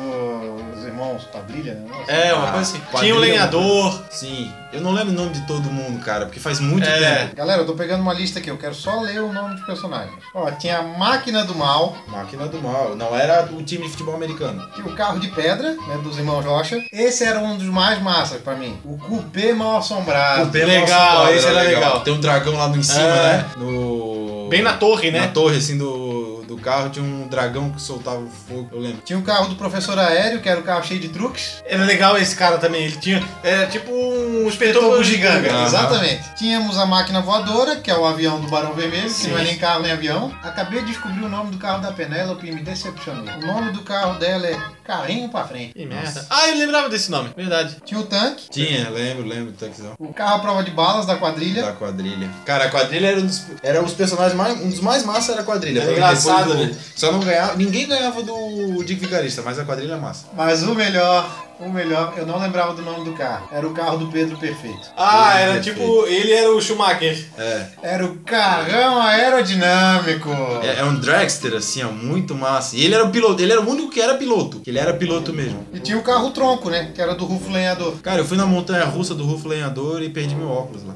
Speaker 1: Os irmãos Padrilha, né?
Speaker 3: É, uma
Speaker 2: Ah, né?
Speaker 3: coisa assim.
Speaker 2: quadrilha,
Speaker 3: Tinha o lenhador.
Speaker 2: Sim, eu não lembro o nome de todo mundo, cara, porque faz muito
Speaker 3: É.
Speaker 2: tempo.
Speaker 1: Galera, eu tô pegando uma lista aqui, eu quero só ler o nome dos personagens. Ó, tinha a Máquina do Mal,
Speaker 2: Máquina do mal, não era o time de futebol americano.
Speaker 1: tinha o Carro de Pedra, né, dos irmãos Rocha. Esse era um dos mais massas pra mim. O Coupé Mal Assombrado.
Speaker 2: Bem
Speaker 3: legal,
Speaker 2: mal-assombrado,
Speaker 3: esse era legal.
Speaker 2: Tem um dragão lá no em cima,
Speaker 3: É.
Speaker 2: né? No...
Speaker 3: Bem na torre, né?
Speaker 2: Na torre, assim, do, do carro, tinha um dragão que soltava fogo, eu lembro.
Speaker 1: Tinha o carro do Professor Aéreo, que era o carro cheio de truques.
Speaker 3: Era legal esse cara também. Ele tinha. Era tipo um inspetor bugiganga.
Speaker 2: Aham.
Speaker 1: Exatamente. Tínhamos a Máquina Voadora, que é o avião do Barão Vermelho,
Speaker 3: Sim.
Speaker 1: que não é nem carro nem avião. Acabei de descobrir o nome do carro da Penélope e me decepcionei. O nome do carro dela é Carrinho pra Frente.
Speaker 3: Que merda. Ah, eu lembrava desse nome. Verdade.
Speaker 1: Tinha o tanque,
Speaker 2: Tinha, lembro, lembro do taxão.
Speaker 1: o carro à prova de balas da quadrilha.
Speaker 2: Da quadrilha. Cara, a quadrilha era um dos, era os personagens mais. Um dos mais massa era a quadrilha. Pra
Speaker 3: Era
Speaker 2: mim,
Speaker 3: engraçado,
Speaker 2: depois do-
Speaker 3: né?
Speaker 2: Só não ganhava. Ninguém ganhava do Dick Vigarista, mas a quadrilha é massa.
Speaker 1: Mas o melhor, o melhor, eu não lembrava do nome do carro. Era o carro do Pedro Perfeito.
Speaker 3: Ah,
Speaker 2: Ele
Speaker 3: era
Speaker 2: é
Speaker 3: tipo. Ele era o Schumacher.
Speaker 2: É.
Speaker 1: Era o carrão aerodinâmico.
Speaker 2: É, é um dragster, assim, ó, muito massa. E ele era o piloto, ele era o único que era piloto. que Ele era piloto mesmo.
Speaker 1: E tinha o carro tronco, né? Que era do Rufo Lenhador.
Speaker 2: Cara, eu fui na montanha russa do Rufo Lenhador e perdi meu óculos lá.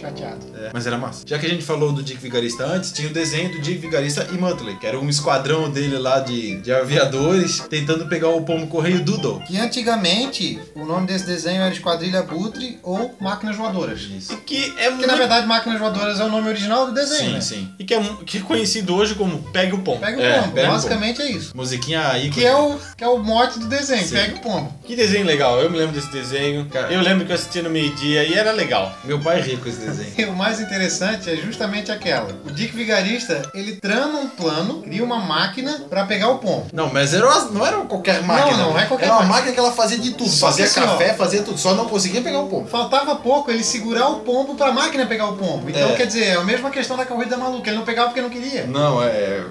Speaker 1: Chateado.
Speaker 2: É, mas era massa. Já que a gente falou do Dick Vigarista antes, tinha o desenho do Dick Vigarista e Muttley, que era um esquadrão dele lá de, de aviadores tentando pegar o pombo correio Doodle.
Speaker 1: Que antigamente o nome desse desenho era Esquadrilha Butre ou Máquinas Voadoras.
Speaker 2: Isso.
Speaker 3: E que é
Speaker 1: Que na
Speaker 3: muito.
Speaker 1: verdade Máquinas Voadoras é o nome original do desenho,
Speaker 2: Sim,
Speaker 1: né?
Speaker 2: sim.
Speaker 3: E que é, que é conhecido hoje como Pega o Pombo.
Speaker 1: Pega o
Speaker 2: É,
Speaker 1: pombo,
Speaker 2: pega o
Speaker 1: basicamente é isso.
Speaker 2: Musiquinha aí.
Speaker 1: Que é, o, que é o mote do desenho,
Speaker 2: Sim.
Speaker 1: pega o pombo.
Speaker 3: Que desenho legal. Eu me lembro desse desenho.
Speaker 2: Cara.
Speaker 3: Eu lembro que eu assistia no meio-dia e era legal.
Speaker 2: Meu pai ri com esse desenho.
Speaker 1: E o mais interessante é justamente aquela. O Dick Vigarista, ele trama um plano, cria uma máquina pra pegar o pombo.
Speaker 2: Não, mas era uma- não era qualquer máquina. né?
Speaker 1: não é qualquer
Speaker 2: Era uma
Speaker 1: máquina.
Speaker 2: máquina que ela fazia de tudo.
Speaker 1: Só
Speaker 2: fazia
Speaker 1: que assim,
Speaker 2: café, fazia tudo. Só não conseguia pegar o pombo.
Speaker 1: Faltava pouco ele segurar o pombo pra máquina pegar o pombo. Então,
Speaker 2: É.
Speaker 1: quer dizer, é a mesma questão da corrida maluca. Ele não pegava porque não queria.
Speaker 2: Não, é.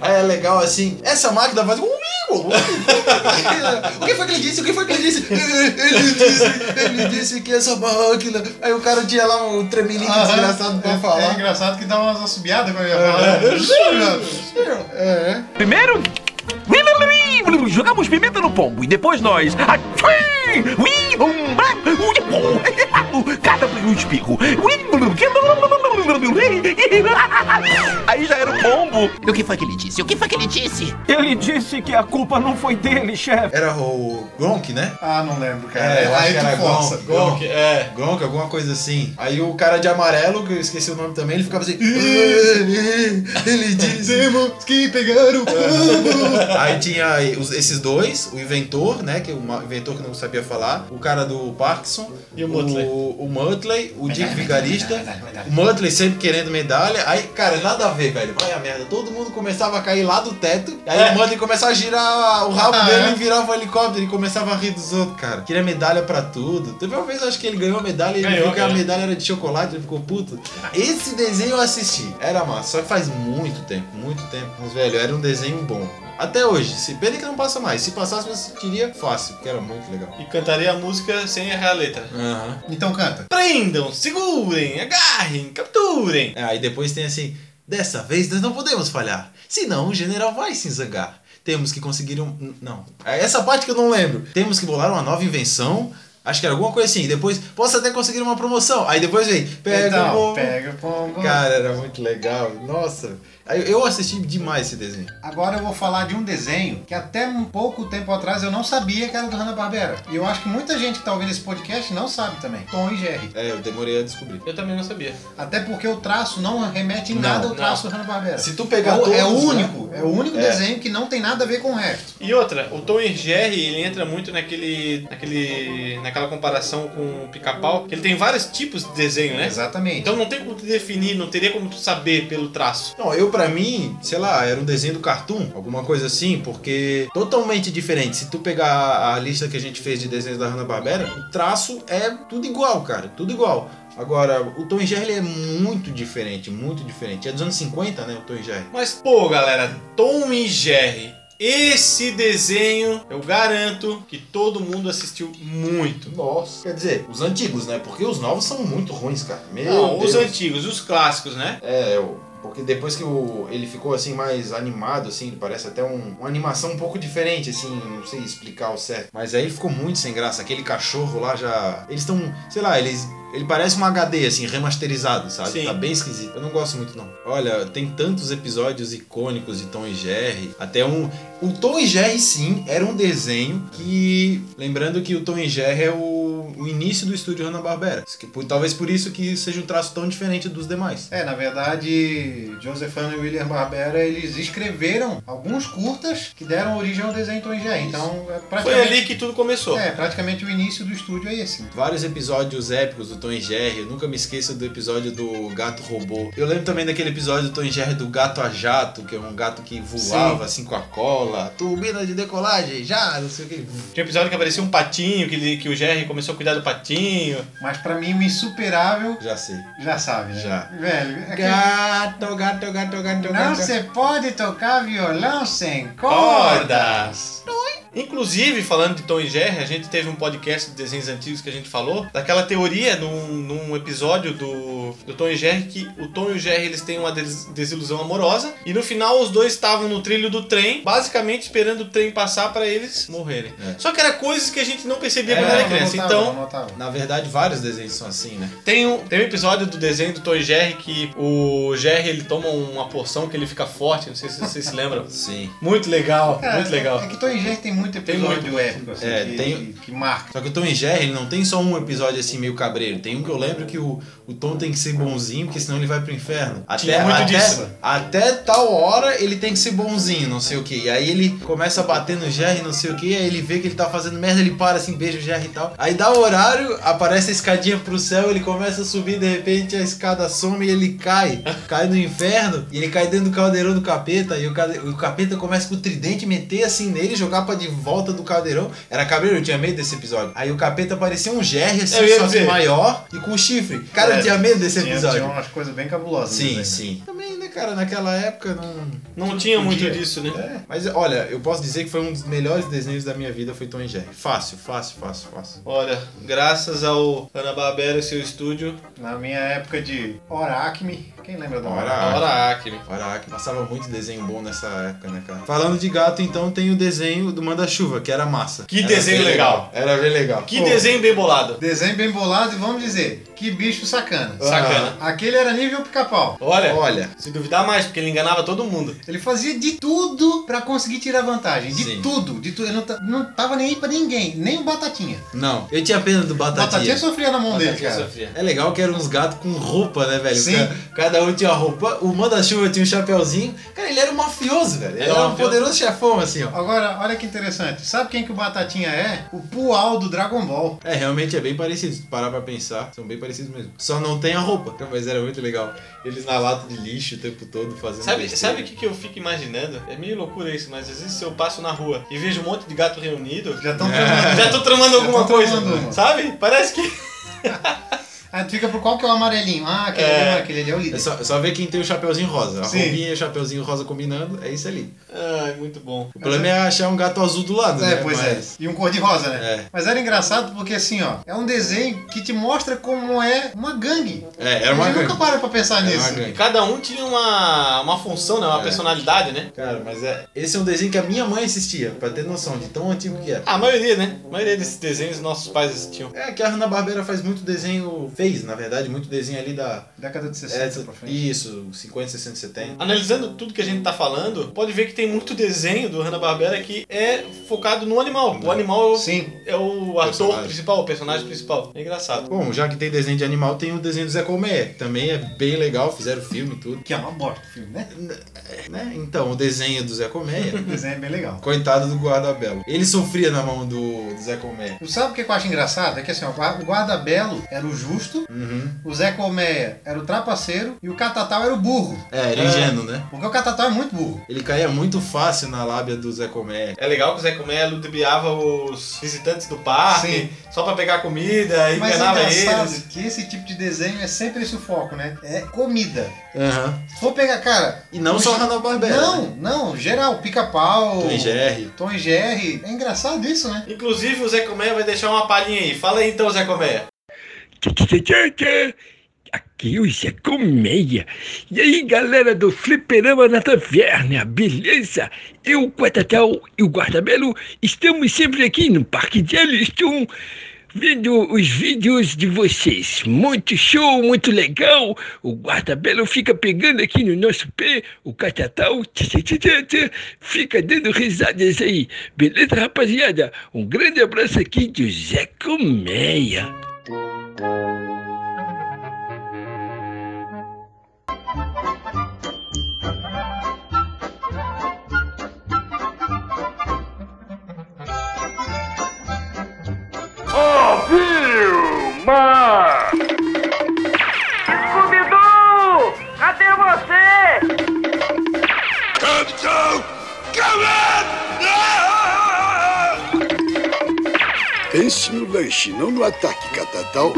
Speaker 2: Aí é legal assim. Essa máquina faz. um O que foi que ele disse? O que foi que ele disse? Ele disse, ele disse que essa máquina. Aí o cara tinha lá um tremelique desgraçado pra
Speaker 1: é, É
Speaker 2: falar.
Speaker 1: engraçado que dá umas assobiadas quando ele né? fala.
Speaker 2: É.
Speaker 7: Primeiro. Jogamos pimenta no pombo e depois nós. Atchim! Ui, um, blá, ui, pum. Cada um espirro. Ui, blum, que blum, blum, blum, blum, blum, blum. Ai, Aí já era o pombo.
Speaker 8: O que foi que ele disse? O que foi que ele disse?
Speaker 9: Ele disse que a culpa não foi dele, chefe.
Speaker 2: Era o Gronk, né?
Speaker 1: Ah, não lembro, cara. Aí tu força.
Speaker 2: Gronk, Gronk, é. Gronk, alguma coisa assim. Aí o cara de amarelo, que eu esqueci o nome também, ele ficava assim. ele disse.
Speaker 1: Temos que pegar o pombo.
Speaker 2: Aí tinha os- esses dois, o inventor, né? Que o ma- inventor que não sabia falar, o cara do Parkinson,
Speaker 3: E o Muttley.
Speaker 2: o, o Muttley, o Dick Vigarista, o Muttley sempre querendo medalha. Aí, cara, nada a ver, velho. Vai a merda. Todo mundo começava a cair lá do teto. Aí
Speaker 3: É.
Speaker 2: o Muttley começava a girar o rabo
Speaker 1: Ah,
Speaker 2: dele
Speaker 1: é?
Speaker 2: e virava o helicóptero e começava a rir dos outros, cara. Queria medalha pra tudo. Teve uma vez, acho que ele ganhou a medalha e ele
Speaker 3: Ganhou,
Speaker 2: viu que a
Speaker 3: ganhou.
Speaker 2: medalha era de chocolate, ele ficou puto. Esse desenho eu assisti. Era massa. Só que faz muito tempo, muito tempo. Mas, velho, era um desenho bom. Até hoje. Se pena que não passa mais. Se passasse, eu assistiria fácil, porque era muito legal.
Speaker 3: E cantaria a música sem errar a letra.
Speaker 2: Aham.
Speaker 1: Então canta.
Speaker 3: Prendam, segurem, agarrem, capturem.
Speaker 2: É, aí depois tem assim: dessa vez nós não podemos falhar, senão o general vai se zangar. Temos que conseguir um. n- Não. É essa parte que eu não lembro. Temos que bolar uma nova invenção. Acho que era alguma coisa assim. E Depois, posso até conseguir uma promoção. Aí depois vem, pega
Speaker 1: então,
Speaker 2: o povo.
Speaker 1: pega um. o pombo.
Speaker 2: Cara, era muito legal. Nossa. Aí Eu assisti demais esse desenho.
Speaker 1: Agora eu vou falar de um desenho que até um pouco tempo atrás eu não sabia que era do Hanna-Barbera. E eu acho que muita gente que tá ouvindo esse podcast não sabe também. Tom e Jerry.
Speaker 2: É, eu demorei a descobrir.
Speaker 3: Eu também não sabia.
Speaker 1: Até porque o traço não remete em
Speaker 2: Não,
Speaker 1: nada ao
Speaker 3: não.
Speaker 1: traço do Hanna-Barbera.
Speaker 2: Se tu
Speaker 1: É,
Speaker 2: pegar
Speaker 1: o-
Speaker 2: todos,
Speaker 1: é o
Speaker 2: né?
Speaker 1: único. É o único
Speaker 2: É.
Speaker 1: desenho que não tem nada a ver com o resto.
Speaker 3: E outra, o Tom e Jerry, ele entra muito naquele, naquele, naquela comparação com o pica-pau, que ele tem vários tipos de desenho, né?
Speaker 1: Exatamente.
Speaker 3: Então não tem como tu definir, não teria como tu saber pelo traço.
Speaker 2: Não, eu pra mim, sei lá, era um desenho do Cartoon, alguma coisa assim, porque totalmente diferente. Se tu pegar a- a lista que a gente fez de desenhos da Hanna-Barbera, o traço é tudo igual, cara, tudo igual. Agora, o Tom e Jerry ele é muito diferente, muito diferente. É dos anos 50, né, o Tom e Jerry?
Speaker 3: Mas pô, galera, Tom e Jerry, esse desenho, eu garanto que todo mundo assistiu muito.
Speaker 2: Nossa. Quer dizer, os antigos, né? Porque os novos são muito ruins, cara. Meu
Speaker 3: Não,
Speaker 2: Deus.
Speaker 3: os antigos, os clássicos, né?
Speaker 2: É, o- porque depois que o- ele ficou assim mais animado, assim, ele parece até um- uma animação um pouco diferente, assim, não sei explicar o certo. Mas aí ficou muito sem graça. Aquele cachorro lá já. Eles estão, sei lá, eles. Ele parece um HD, assim, remasterizado, sabe?
Speaker 3: Sim.
Speaker 2: Tá bem esquisito. Eu não gosto muito, não. Olha, tem tantos episódios icônicos de Tom e Jerry. Até um. O Tom e Jerry, sim, era um desenho que. Lembrando que o Tom e Jerry é o, o início do estúdio Hanna-Barbera. Isso que- Talvez por isso que seja um traço tão diferente dos demais.
Speaker 1: É, na verdade, Josephana e William Barbera, eles escreveram alguns curtas que deram origem ao desenho Tom e Jerry. Então, é
Speaker 3: Foi
Speaker 1: praticamente,
Speaker 3: ali que tudo começou.
Speaker 1: é, praticamente o início do estúdio é esse.
Speaker 2: Vários episódios épicos do Tom e Jerry. Eu nunca me esqueço do episódio do gato robô. Eu lembro também daquele episódio do Tom e Jerry do gato a jato, que é um gato que voava assim com a cola. Turbina de decolagem, já, não sei o que.
Speaker 3: Tinha um episódio que aparecia um patinho, que, ele- que o Jerry começou a cuidar do patinho.
Speaker 1: Mas pra mim, o insuperável,
Speaker 2: Já sei.
Speaker 1: já sabe, né?
Speaker 2: Já.
Speaker 1: Velho, é que-
Speaker 2: Gato, gato, gato, gato,
Speaker 1: não
Speaker 2: gato.
Speaker 1: se pode tocar violão sem cordas.
Speaker 3: Inclusive, falando de Tom e Jerry, a gente teve um podcast de desenhos antigos que a gente falou, daquela teoria num, num episódio do, do Tom e Jerry que o Tom e o Jerry eles têm uma des- desilusão amorosa e no final os dois estavam no trilho do trem, basicamente esperando o trem passar pra eles morrerem.
Speaker 2: É.
Speaker 3: Só que era coisas que a gente não percebia
Speaker 2: É,
Speaker 3: quando era
Speaker 1: não
Speaker 3: criança.
Speaker 1: notava,
Speaker 3: Então,
Speaker 1: não notava.
Speaker 2: Na verdade, vários desenhos são assim, né?
Speaker 3: tem um, tem um episódio do desenho do Tom e Jerry que o Jerry ele toma uma porção que ele fica forte, não sei se vocês se lembram.
Speaker 2: Sim.
Speaker 3: Muito legal,
Speaker 1: Cara,
Speaker 3: muito legal.
Speaker 1: É que Tom e Jerry tem muito
Speaker 3: Tem
Speaker 1: episódio
Speaker 3: muito.
Speaker 1: épico, assim,
Speaker 2: É,
Speaker 1: que,
Speaker 2: tem-
Speaker 1: que marca.
Speaker 2: Só que o Tom e Jerry ele não tem só um episódio assim meio cabreiro. Tem um que eu lembro que o, o Tom tem que ser bonzinho, porque senão ele vai pro inferno. Até,
Speaker 3: Tinha muito
Speaker 2: até,
Speaker 3: disso.
Speaker 2: até tal hora ele tem que ser bonzinho, não sei o que. E aí ele começa a bater no Jerry, não sei o que. Aí ele vê que ele tá fazendo merda, ele para assim, beija o Jerry e tal. Aí dá o horário, aparece a escadinha pro céu, ele começa a subir, de repente a escada some e ele cai. Cai no inferno e ele cai dentro do caldeirão do capeta. E o, cade- o capeta começa com o tridente, meter assim nele, jogar pra de volta do caldeirão. Era cabreiro, eu tinha medo desse episódio. Aí o capeta parecia um Jerry
Speaker 3: Eu
Speaker 2: assim,
Speaker 3: ia
Speaker 2: só que
Speaker 3: ver.
Speaker 2: maior e com chifre. Cara, eu
Speaker 1: É,
Speaker 2: tinha medo desse
Speaker 1: tinha-
Speaker 2: episódio.
Speaker 1: Tinha umas coisas bem cabulosas. no
Speaker 2: Sim,
Speaker 1: desenho.
Speaker 2: sim. Também, né, cara, naquela época não.
Speaker 3: Não tinha muito
Speaker 2: podia.
Speaker 3: disso, né?
Speaker 2: um É. Mas olha, eu posso dizer que foi um dos melhores desenhos da minha vida, foi Tom e Jerry. Fácil, fácil, fácil, fácil.
Speaker 3: Olha, graças ao Ana Barbera e seu estúdio,
Speaker 1: Na minha época de Hora Acme, quem lembra da
Speaker 2: Hora
Speaker 1: Hora?
Speaker 2: Ah.
Speaker 3: a hora Acme.
Speaker 2: Caraca, passava muito desenho bom nessa época, né, cara? Falando de gato, então tem o desenho do Manda-Chuva, que era massa.
Speaker 3: Que
Speaker 2: Era
Speaker 3: desenho
Speaker 2: bem
Speaker 3: legal.
Speaker 2: Era bem legal.
Speaker 3: Que
Speaker 2: Pô,
Speaker 3: desenho bem bolado.
Speaker 1: Desenho bem bolado e vamos dizer, que bicho sacana.
Speaker 3: Sacana.
Speaker 1: Aquele era nível pica-pau.
Speaker 3: Olha,
Speaker 2: Olha,
Speaker 3: se duvidar mais, porque ele enganava todo mundo.
Speaker 1: Ele fazia de tudo pra conseguir tirar vantagem. De
Speaker 2: Sim.
Speaker 1: tudo, de tudo. Ele não, ta- não tava nem aí pra ninguém, nem o Batatinha.
Speaker 2: Não, eu tinha pena do Batatinha.
Speaker 3: é
Speaker 1: Batatinha sofria na mão dele,
Speaker 3: Batatinha
Speaker 1: cara.
Speaker 3: sofria.
Speaker 2: É legal que eram uns gatos com roupa, né, velho?
Speaker 1: Sim.
Speaker 2: Ca- Cada um tinha uma roupa, o manda-chuva tinha um chapéuzinho. Cara, ele era um mafioso, velho. Ele
Speaker 3: Era
Speaker 2: era,
Speaker 3: um
Speaker 2: um
Speaker 3: mafioso.
Speaker 2: poderoso chefão, assim, ó.
Speaker 1: Agora, olha que interessante. Sabe quem que o Batatinha é? O Pual do Dragon Ball.
Speaker 2: É, realmente é bem parecido. Se parar pra pensar, são bem parecidos mesmo. Só não tem a roupa. Cara, Mas era muito legal. Eles na lata de lixo o tempo todo fazendo.
Speaker 3: Sabe,
Speaker 2: besteira.
Speaker 3: sabe o que, que eu fico imaginando? É meio loucura isso, mas às vezes eu passo na rua e vejo um monte de gato reunido,
Speaker 1: Já estão
Speaker 3: já tô tramando
Speaker 1: Já
Speaker 3: alguma
Speaker 1: tão
Speaker 3: coisa,
Speaker 1: tramando uma.
Speaker 3: sabe? Parece que...
Speaker 1: Aí tu fica por qual que é o amarelinho? Ah, aquele,
Speaker 3: É.
Speaker 1: ali, aquele ali é o líder.
Speaker 2: É só, só ver quem tem o chapeuzinho rosa. A
Speaker 1: Sim.
Speaker 2: roupinha e o chapeuzinho rosa combinando, é isso ali.
Speaker 3: Ai, muito bom.
Speaker 2: O problema é achar um gato azul do lado,
Speaker 1: É,
Speaker 2: né?
Speaker 1: pois
Speaker 2: Mas-
Speaker 1: é. E um cor-de-rosa, né?
Speaker 2: É.
Speaker 1: Mas era engraçado porque, assim, ó, é um desenho que te mostra como é uma gangue.
Speaker 2: É, era uma
Speaker 1: Eles
Speaker 2: gangue.
Speaker 1: nunca param pra pensar
Speaker 2: Era uma
Speaker 1: nisso.
Speaker 2: gangue.
Speaker 3: Cada um tinha uma, uma função, né? Uma
Speaker 2: É.
Speaker 3: personalidade, né?
Speaker 2: Cara, mas é. Esse é um desenho que a minha mãe assistia, pra ter noção de tão antigo que é.
Speaker 3: A maioria, né? A maioria desses desenhos nossos pais assistiam.
Speaker 2: É que a Hanna Barbera faz muito desenho. Fez, na verdade, muito desenho ali da.
Speaker 1: Década de
Speaker 2: É,
Speaker 1: 60 pra frente.
Speaker 2: isso, 50, 60, 70.
Speaker 3: Analisando tudo que a gente tá falando, pode ver que tem muito desenho do Hanna-Barbera que é focado no animal. O animal é o,
Speaker 1: Sim.
Speaker 3: é o ator
Speaker 2: Personagem.
Speaker 3: principal, o personagem principal. É engraçado.
Speaker 2: Bom, já que tem desenho de animal, tem o desenho do Zé Colmeia, que também é bem legal, fizeram filme e tudo.
Speaker 1: Que é uma bosta o filme, né?
Speaker 2: Né? Então, o desenho do Zé Colmeia.
Speaker 1: O desenho é bem legal.
Speaker 2: Coitado do guarda-belo. Ele sofria na mão do, do Zé Colmeia.
Speaker 1: Tu Sabe o que eu acho engraçado? É que assim, ó, o Guarda Belo era o justo,
Speaker 2: Uhum.
Speaker 1: o Zé Colmeia era o trapaceiro e o Catatal era o burro.
Speaker 2: É, era ingênuo, né?
Speaker 1: Porque o Catatal é muito burro.
Speaker 2: Ele caía muito fácil na lábia do Zé Colmeia.
Speaker 3: É legal que o Zé Comé ludibriava os visitantes do parque só pra pegar comida e
Speaker 1: Mas é
Speaker 3: enganava
Speaker 1: engraçado
Speaker 3: eles.
Speaker 1: que esse tipo de desenho é sempre esse o foco, né? É comida.
Speaker 2: Aham.
Speaker 1: Vou pegar, cara.
Speaker 2: E não
Speaker 1: o
Speaker 2: só né?
Speaker 1: Ge-
Speaker 2: Hanna Barbera.
Speaker 1: Não, não, geral, pica-pau.
Speaker 2: Tom e Jerry.
Speaker 1: Tom e Jerry. É engraçado isso, né?
Speaker 3: Inclusive, o Zé Comé vai deixar uma palhinha aí. Fala aí então, Zé Comé.
Speaker 7: Aqui o Zé Colmeia. E aí, galera do Fliperama na Taverna, beleza? Eu, o Quatatal e o Guardabelo estamos sempre aqui no Parque de Elliston vendo os vídeos de vocês. Muito show, muito legal. O Guardabelo fica pegando aqui no nosso pé, o Catatal tchê, tchê, tchê, tchê, fica dando risadas aí. Beleza, rapaziada? Um grande abraço aqui do Zé Colmeia.
Speaker 4: Filma!
Speaker 7: Scooby-Doo! Cadê você?
Speaker 5: Pense no lanche, não no ataque, Catatal.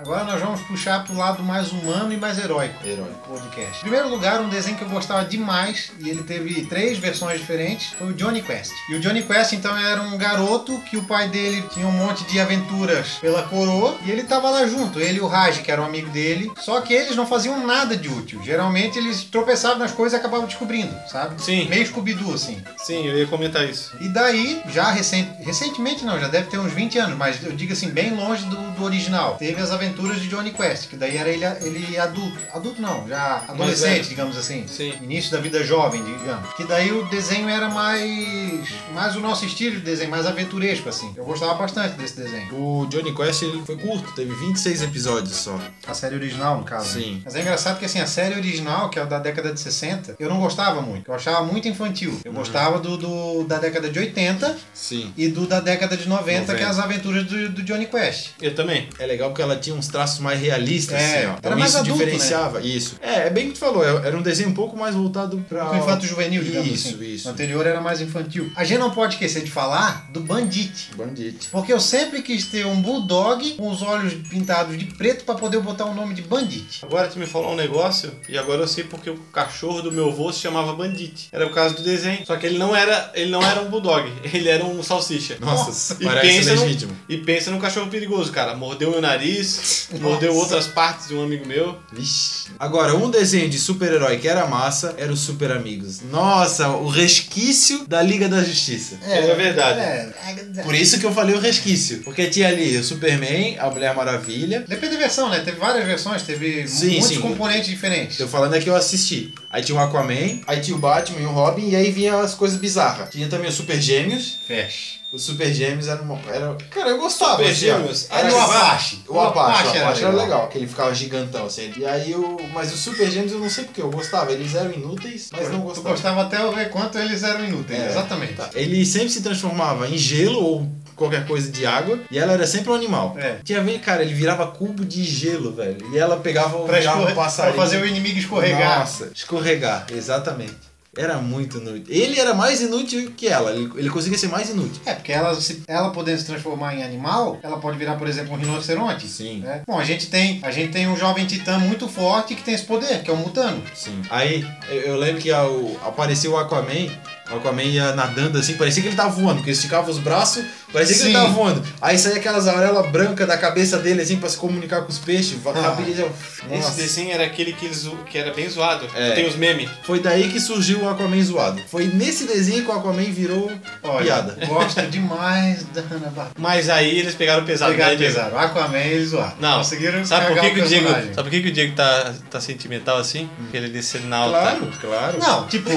Speaker 1: Agora nós vamos puxar pro lado mais humano e mais heróico.
Speaker 2: Herói.
Speaker 1: do Podcast. Em primeiro lugar, um desenho que eu gostava demais, e ele teve três versões diferentes, foi o Johnny Quest. E o Johnny Quest, então, era um garoto que o pai dele tinha um monte de aventuras pela coroa, e ele tava lá junto, ele e o Raj, que era um amigo dele, só que eles não faziam nada de útil. Geralmente eles tropeçavam nas coisas e acabavam descobrindo, sabe?
Speaker 3: Sim.
Speaker 1: Meio Scooby-Doo, assim.
Speaker 3: Sim, eu ia comentar isso.
Speaker 1: E daí, já recen- recentemente não, já deve ter uns 20 anos, mas eu digo assim, bem longe do, do original. Teve as aventuras de Johnny Quest, que daí era ele, ele adulto. Adulto não, já adolescente,
Speaker 3: velho.
Speaker 1: digamos assim.
Speaker 3: Sim.
Speaker 1: Início da vida jovem, digamos. Que daí o desenho era mais. mais o nosso estilo de desenho, mais aventuresco, assim. Eu gostava bastante desse desenho.
Speaker 2: O Johnny Quest ele foi curto, teve 26 episódios só.
Speaker 1: A série original, no caso. né?
Speaker 2: Sim.
Speaker 1: Mas é engraçado que assim, a série original, que é a da década de 60, eu não gostava muito. Eu achava muito infantil.
Speaker 3: Uhum.
Speaker 1: Eu gostava do, do- da década de 80,
Speaker 2: Sim.
Speaker 1: e do da década de 90,
Speaker 2: 90.
Speaker 1: que é as aventuras do, do Johnny Quest.
Speaker 3: Eu também.
Speaker 2: É legal porque ela tinha uns traços mais realistas,
Speaker 1: É,
Speaker 2: assim, ó.
Speaker 1: era mais
Speaker 2: isso
Speaker 1: adulto,
Speaker 2: diferenciava. Isso. É, é bem o que tu falou, é- era um desenho um pouco mais voltado pra.
Speaker 1: Com infanto juvenil, digamos
Speaker 2: Isso,
Speaker 1: assim.
Speaker 2: isso.
Speaker 1: O anterior era mais infantil. A gente não pode esquecer de falar do Bandit.
Speaker 2: Bandite.
Speaker 1: Porque eu sempre quis ter um bulldog com os olhos pintados de preto pra poder botar o nome de Bandit.
Speaker 3: Agora tu me falou um negócio e agora eu sei porque o cachorro do meu avô se chamava Bandit. Era por causa do desenho. Só que ele não era, ele não era um bulldog, ele era um salsicha.
Speaker 2: Nossa,
Speaker 3: E
Speaker 2: parece
Speaker 3: pensa,
Speaker 2: legítimo.
Speaker 3: num, e pensa num cachorro perigoso, cara. Mordeu meu nariz, Ou deu outras partes de um amigo meu.
Speaker 2: Vixe. Agora, um desenho de super-herói que era massa era os Super Amigos. Nossa, o resquício da Liga da Justiça.
Speaker 3: É, é verdade.
Speaker 1: É.
Speaker 2: Por isso que eu falei o resquício. Porque tinha ali o Superman, a Mulher Maravilha.
Speaker 1: Depende da versão, né? Teve várias versões, teve
Speaker 2: Sim,
Speaker 1: muitos
Speaker 2: sim.
Speaker 1: componentes diferentes.
Speaker 2: Tô falando é que eu assisti. Aí tinha o Aquaman, aí tinha o Batman e o Robin, e aí vinha as coisas bizarras. Tinha também os Super Gêmeos.
Speaker 1: Fecha.
Speaker 2: Os Super Gêmeos eram. uma- era... Cara, eu gostava.
Speaker 3: Super
Speaker 2: assim, ó.
Speaker 3: Gêmeos.
Speaker 2: Era
Speaker 1: Era
Speaker 2: o
Speaker 1: o
Speaker 2: Apache. O Apache, o Apache era
Speaker 1: legal.
Speaker 2: legal, que ele ficava gigantão, assim. E aí eu. Mas os Super Gêmeos eu não sei porque eu gostava. Eles eram inúteis, mas não
Speaker 1: Tu
Speaker 2: gostava.
Speaker 1: gostava até eu ver quanto eles eram inúteis,
Speaker 2: É.
Speaker 1: exatamente.
Speaker 2: Tá. Ele sempre se transformava em gelo ou qualquer coisa de água, e ela era sempre um animal.
Speaker 1: É.
Speaker 2: Tinha vez, cara, ele virava cubo de gelo, velho. E ela pegava
Speaker 1: Pra,
Speaker 2: virava
Speaker 1: escorre...
Speaker 2: um passarinho.
Speaker 1: pra fazer o inimigo escorregar.
Speaker 2: Nossa, escorregar, exatamente. Era muito inútil. Ele era mais inútil que ela, ele, ele conseguia ser mais inútil.
Speaker 1: É, porque ela, se ela podendo se transformar em animal, ela pode virar, por exemplo, um rinoceronte.
Speaker 2: Sim.
Speaker 1: né? Bom, a gente tem a gente tem um jovem titã muito forte que tem esse poder, que é o Mutano.
Speaker 2: Sim. Aí eu, eu lembro que ao- apareceu o Aquaman. O Aquaman ia nadando assim, parecia que ele tava voando, porque ele esticava os braços, parecia que ele
Speaker 1: Sim.
Speaker 2: tava voando. Aí saía aquelas aureolas brancas da cabeça dele assim pra se comunicar com os peixes.
Speaker 1: Ah.
Speaker 2: Cabelo-
Speaker 3: Esse
Speaker 2: Nossa.
Speaker 3: desenho era aquele que, eles, que era bem zoado.
Speaker 2: É.
Speaker 3: Tem os memes.
Speaker 2: Foi daí que surgiu o Aquaman zoado. Foi nesse desenho que o Aquaman virou
Speaker 1: Olha,
Speaker 2: piada.
Speaker 1: gosto demais da Ana Barbera.
Speaker 3: Mas aí eles pegaram pesado.
Speaker 1: Pegaram
Speaker 3: né, Diego?
Speaker 1: pesado. Aquaman eles zoaram.
Speaker 3: Não,
Speaker 1: conseguiram
Speaker 3: Sabe por
Speaker 1: cagar
Speaker 3: que, que o Diego,
Speaker 1: personagem.
Speaker 3: sabe por que, que o Diego tá, tá sentimental assim? Porque ele desceu na alta.
Speaker 2: Claro, Ah, tá. claro.
Speaker 1: Não, tipo,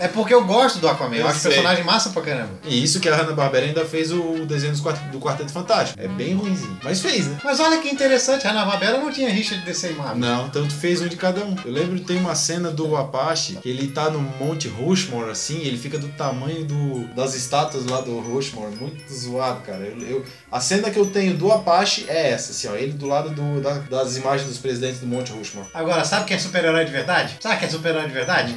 Speaker 1: é porque eu gosto do Aquaman. Eu,
Speaker 3: Eu
Speaker 1: acho o
Speaker 3: sei.
Speaker 1: personagem massa pra caramba.
Speaker 2: E isso que a Hanna-Barbera ainda fez o desenho dos quart- do Quarteto Fantástico. É bem ruimzinho. Mas fez, né?
Speaker 1: Mas olha que interessante, a Hanna-Barbera não tinha rixa de descer em Marvel.
Speaker 2: Não, tanto fez um de cada um. Eu lembro que tem uma cena do Apache, que ele tá no Monte Rushmore, assim, ele fica do tamanho do, das estátuas lá do Rushmore. Muito zoado, cara. Eu, eu- a cena que eu tenho do Apache é essa, assim, ó. Ele do lado do- da- das imagens dos presidentes do Monte Rushmore.
Speaker 1: Agora, sabe quem é super-herói de verdade? Sabe quem é super-herói de verdade?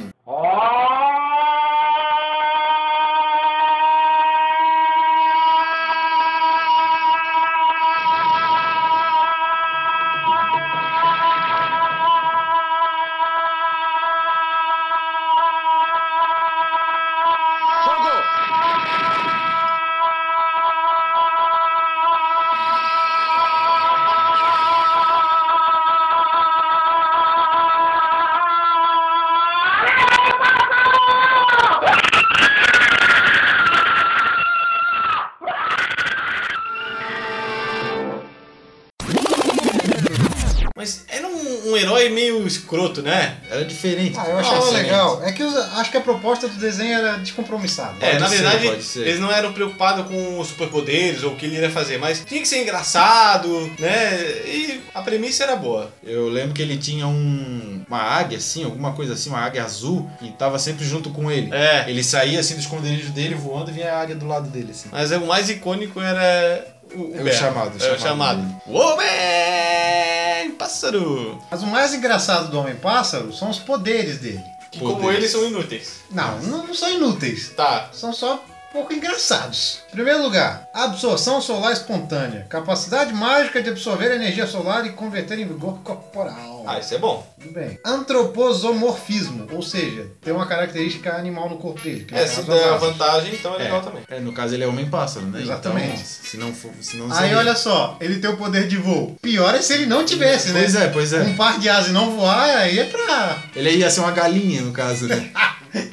Speaker 3: Mas era um, um herói meio escroto, né?
Speaker 2: Era diferente.
Speaker 1: Ah, eu achava
Speaker 2: Nossa,
Speaker 1: legal. É que eu acho que a proposta do desenho era descompromissada.
Speaker 3: é, na
Speaker 2: ser,
Speaker 3: verdade,
Speaker 2: pode ser.
Speaker 3: eles não eram preocupados com os superpoderes ou o que ele iria fazer, mas tinha que ser engraçado, né? E a premissa era boa.
Speaker 2: Eu lembro que ele tinha um, uma águia, assim, alguma coisa assim, uma águia azul, que tava sempre junto com ele.
Speaker 3: É,
Speaker 2: Ele saía assim do esconderijo dele voando e vinha a águia do lado dele, assim.
Speaker 3: mas o mais icônico era o,
Speaker 2: É o
Speaker 3: Bear.
Speaker 2: chamado, o
Speaker 3: É o
Speaker 2: chamado
Speaker 3: chamado.
Speaker 2: dele.
Speaker 3: O Homem Pássaro!
Speaker 1: Mas o mais engraçado do Homem-Pássaro são os poderes dele.
Speaker 3: Que
Speaker 2: Poderes.
Speaker 3: como eles são inúteis.
Speaker 1: Não, não, não são inúteis.
Speaker 3: Tá.
Speaker 1: São só um pouco engraçados. Em primeiro lugar, absorção solar espontânea. Capacidade mágica de absorver energia solar e converter em vigor corporal.
Speaker 3: Ah, isso é bom.
Speaker 1: Tudo bem. Antroposomorfismo, ou seja, tem uma característica animal no corpo dele. que é
Speaker 3: Essa
Speaker 1: as
Speaker 3: da
Speaker 1: asas.
Speaker 3: vantagem, então é
Speaker 2: É.
Speaker 3: legal também.
Speaker 2: É, no caso ele é homem pássaro, né?
Speaker 1: Exatamente.
Speaker 2: Então, se não for. Se não
Speaker 1: Aí
Speaker 2: seria.
Speaker 1: olha só, ele tem o poder de voo. Pior é se ele não tivesse, né?
Speaker 2: Pois é, pois é.
Speaker 1: Um par de asas e não voar, aí é pra
Speaker 2: Ele ia ser uma galinha, no caso, né?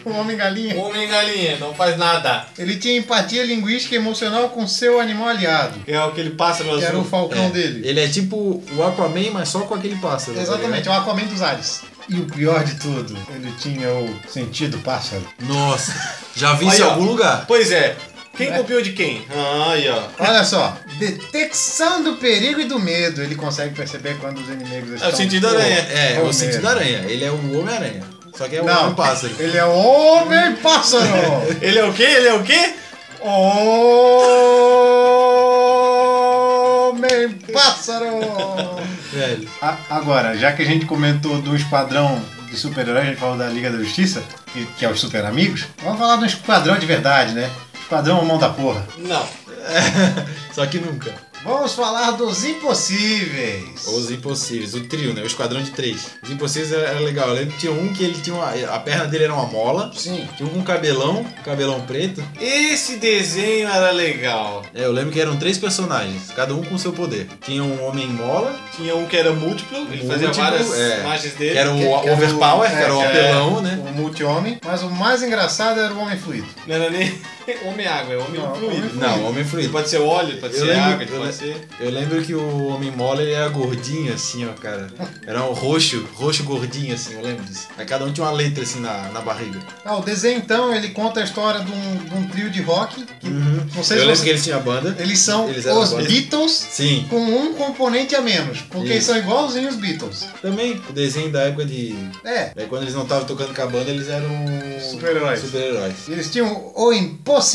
Speaker 1: o homem galinha.
Speaker 3: Homem galinha, não faz nada.
Speaker 1: Ele tinha empatia linguística e emocional com seu animal aliado,
Speaker 3: É aquele pássaro
Speaker 1: que era o
Speaker 3: azul.
Speaker 1: falcão
Speaker 2: É.
Speaker 1: dele.
Speaker 2: Ele é tipo o Aquaman, mas só com aquele pássaro. tá
Speaker 1: Exatamente, é o Aquaman dos Ares. E o pior de tudo, ele tinha o sentido pássaro.
Speaker 2: ligado? Nossa, já vi isso em
Speaker 3: Aí, ó.
Speaker 2: algum lugar.
Speaker 3: Pois é. Quem
Speaker 2: Né?
Speaker 3: copiou de quem? Ah, aí, ó.
Speaker 1: Olha só, detecção do perigo e do medo. Ele consegue perceber quando os inimigos estão...
Speaker 3: É o sentido da aranha.
Speaker 2: É, é
Speaker 1: Com
Speaker 2: o sentido
Speaker 1: medo.
Speaker 2: da aranha. Ele é o Homem-Aranha. Só que é o
Speaker 1: Não,
Speaker 2: Homem-Pássaro.
Speaker 1: ele é o homem pássaro.
Speaker 3: Ele é o quê? Ele é o quê?
Speaker 1: homem pássaro.
Speaker 2: Velho.
Speaker 1: A- Agora, já que a gente comentou do esquadrão de super-heróis, a gente falou da Liga da Justiça, que- que é os Super Amigos, vamos falar de um esquadrão de verdade, né? Esquadrão Mão da Porra.
Speaker 3: Não.
Speaker 2: Só que nunca.
Speaker 1: Vamos falar dos impossíveis.
Speaker 2: Os Impossíveis, o trio, né? O Esquadrão de Três. Os Impossíveis era, era legal. Eu lembro que tinha um que ele tinha uma. A perna dele era uma mola.
Speaker 1: Sim.
Speaker 2: Tinha um com cabelão, cabelão preto.
Speaker 3: Esse desenho era legal.
Speaker 2: É, eu lembro que eram três personagens, cada um com seu poder. Tinha um homem mola,
Speaker 3: Tinha um que era múltiplo, ele fazia
Speaker 2: Múltiplo,
Speaker 3: várias
Speaker 2: é.
Speaker 3: imagens
Speaker 2: que
Speaker 3: dele.
Speaker 2: era o
Speaker 1: que- que era o-
Speaker 2: overpower, que
Speaker 1: é,
Speaker 2: era o
Speaker 1: que era-
Speaker 2: apelão, né?
Speaker 1: O multi-homem. Mas o mais engraçado era o homem fluido.
Speaker 3: Não era nem homem-água, é homem
Speaker 1: Não,
Speaker 3: fluido.
Speaker 1: homem-
Speaker 2: Não, homem fluido.
Speaker 3: Pode ser óleo, pode
Speaker 2: Eu
Speaker 3: ser
Speaker 2: lembro-
Speaker 3: água,
Speaker 2: eu
Speaker 3: pode
Speaker 2: le-
Speaker 3: ser.
Speaker 2: Eu lembro que o homem mola ele era gordinho assim, ó, cara. Era um roxo, roxo gordinho assim, eu lembro disso. Aí cada um tinha uma letra assim na, na barriga.
Speaker 1: Ah, o desenho, então, ele conta a história de um, de um trio de rock. Que, Não sei
Speaker 2: Uhum. eu
Speaker 1: se
Speaker 2: lembro
Speaker 1: você-
Speaker 2: que eles tinham a banda.
Speaker 1: eles são
Speaker 2: Eles eram
Speaker 1: os
Speaker 2: agora-
Speaker 1: Beatles
Speaker 2: Sim.
Speaker 1: com um componente a menos. Porque
Speaker 2: Isso.
Speaker 1: são igualzinhos os Beatles.
Speaker 2: Também o desenho da época de.
Speaker 1: É.
Speaker 2: Daí quando eles não estavam tocando com a banda, eles eram.
Speaker 1: Super-heróis.
Speaker 2: Super-heróis.
Speaker 1: Eles tinham o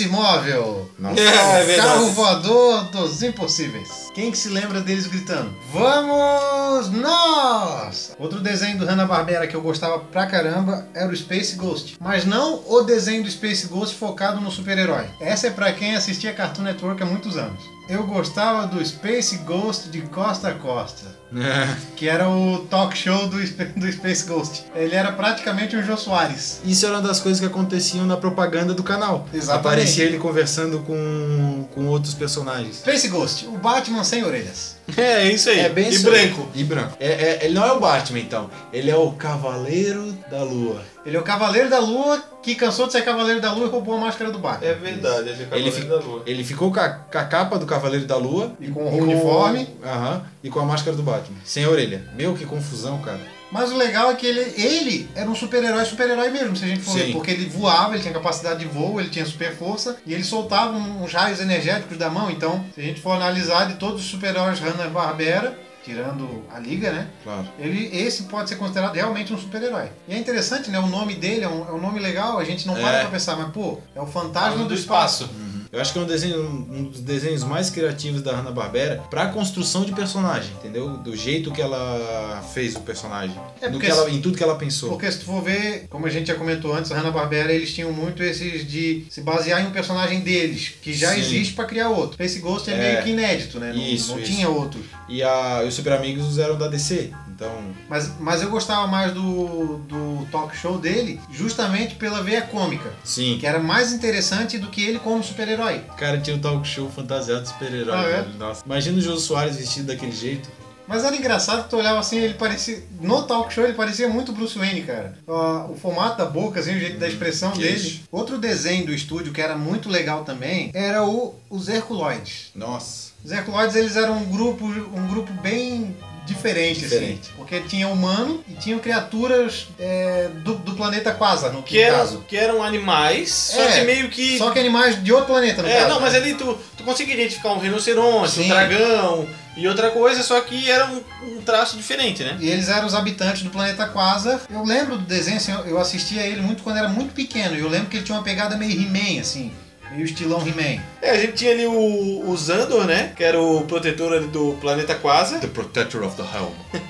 Speaker 1: Impossimóvel.
Speaker 2: Nossa.
Speaker 3: É,
Speaker 1: o
Speaker 3: verdade.
Speaker 1: carro voador dos impossíveis. Quem que se lembra deles gritando? Vamos nós! Outro desenho do Hanna-Barbera que eu gostava pra caramba era o Space Ghost. Mas não o desenho do Space Ghost focado no super-herói. Essa é pra quem assistia Cartoon Network há muitos anos. Eu gostava do Space Ghost de costa a costa.
Speaker 3: É.
Speaker 1: Que era o talk show do, Sp- do Space Ghost. Ele era praticamente um Jô Soares.
Speaker 2: Isso era uma das coisas que aconteciam na propaganda do canal.
Speaker 1: Exatamente.
Speaker 2: Aparecia ele conversando com, com outros personagens.
Speaker 1: Space Ghost, o Batman sem orelhas.
Speaker 3: É, é isso aí.
Speaker 2: É bem
Speaker 3: e
Speaker 2: isso aí.
Speaker 3: branco.
Speaker 2: E branco. É, é- ele não é o Batman, então. Ele é o Cavaleiro da Lua.
Speaker 1: Ele é o Cavaleiro da Lua que cansou de ser Cavaleiro da Lua e roubou a máscara do Batman.
Speaker 3: É verdade, ele ficava
Speaker 2: Ele
Speaker 3: ele
Speaker 2: fi-
Speaker 3: da lua.
Speaker 2: Ele ficou com a, com a capa do Cavaleiro da Lua.
Speaker 1: E com o uniforme.
Speaker 2: Aham. e com a máscara do Batman. Sem a orelha. Meu, que confusão, cara.
Speaker 1: Mas o legal é que ele, ele era um super-herói, super-herói mesmo, se a gente for ver.
Speaker 2: Sim.
Speaker 1: Porque ele voava, ele tinha capacidade de voo, ele tinha super força e ele soltava um- uns raios energéticos da mão. Então, se a gente for analisar de todos os super-heróis Hanna-Barbera, tirando a Liga, né?
Speaker 2: Claro.
Speaker 1: Ele, esse pode ser considerado realmente um super-herói. E é interessante, né? O nome dele é um, é um nome legal, a gente não para
Speaker 2: É.
Speaker 1: pra pensar, mas pô, é o Fantasma
Speaker 3: Do
Speaker 1: do
Speaker 3: espaço.
Speaker 1: Espaço.
Speaker 2: Eu acho que é um, desenho, um dos desenhos mais criativos da Hanna-Barbera pra construção de personagem, entendeu? Do jeito que ela fez o personagem.
Speaker 1: É,
Speaker 2: No
Speaker 1: porque
Speaker 2: que ela- em tudo que ela pensou.
Speaker 1: Porque se tu for ver, como a gente já comentou antes, a Hanna-Barbera, eles tinham muito esses de se basear em um personagem deles, que já
Speaker 2: Sim.
Speaker 1: existe pra criar outro. Space Ghost é,
Speaker 2: É.
Speaker 1: meio que inédito, né? Não,
Speaker 2: Isso,
Speaker 1: não
Speaker 2: isso.
Speaker 1: tinha outro.
Speaker 2: E, a, e os Super Amigos eram da DC. Então,
Speaker 1: Mas, mas eu gostava mais do, do talk show dele, justamente pela veia cômica,
Speaker 2: sim.
Speaker 1: que era mais interessante do que ele como super-herói.
Speaker 2: O cara tinha um talk show fantasiado de super-herói.
Speaker 1: Ah, é?
Speaker 2: velho. Nossa. Imagina o Jô Soares vestido daquele jeito.
Speaker 1: Mas era engraçado que tu olhava assim, ele parecia. No talk show ele parecia muito Bruce Wayne, cara. Ah, o formato da boca, assim, o jeito
Speaker 3: Hum,
Speaker 1: da expressão
Speaker 2: que
Speaker 1: dele.
Speaker 2: isso.
Speaker 1: Outro desenho do estúdio que era muito legal também era o, os Herculoides.
Speaker 2: Nossa.
Speaker 1: Os Herculoides eles eram um grupo, um grupo bem diferente,
Speaker 2: Diferente.
Speaker 1: assim. Porque tinha humano e tinham criaturas é, do, do planeta Quasar, no
Speaker 3: Que, eram,
Speaker 1: caso.
Speaker 3: que eram animais, só
Speaker 1: É,
Speaker 3: que meio que.
Speaker 1: Só que animais de outro planeta, no
Speaker 3: É,
Speaker 1: caso.
Speaker 3: não,
Speaker 1: né?
Speaker 3: mas ali tu, tu consegue identificar um rinoceronte, um
Speaker 1: Sim.
Speaker 3: dragão e outra coisa, só que era um, um traço diferente, né?
Speaker 1: E eles eram os habitantes do planeta Quasar. Eu lembro do desenho, assim, eu- eu assistia ele muito quando era muito pequeno. E eu lembro que ele tinha uma pegada meio He-Man, assim. Meio estilão He-Man.
Speaker 3: É, a gente tinha ali o, o Zandor, né? Que era o protetor ali do planeta Quasar.
Speaker 2: The Protector of the Helm.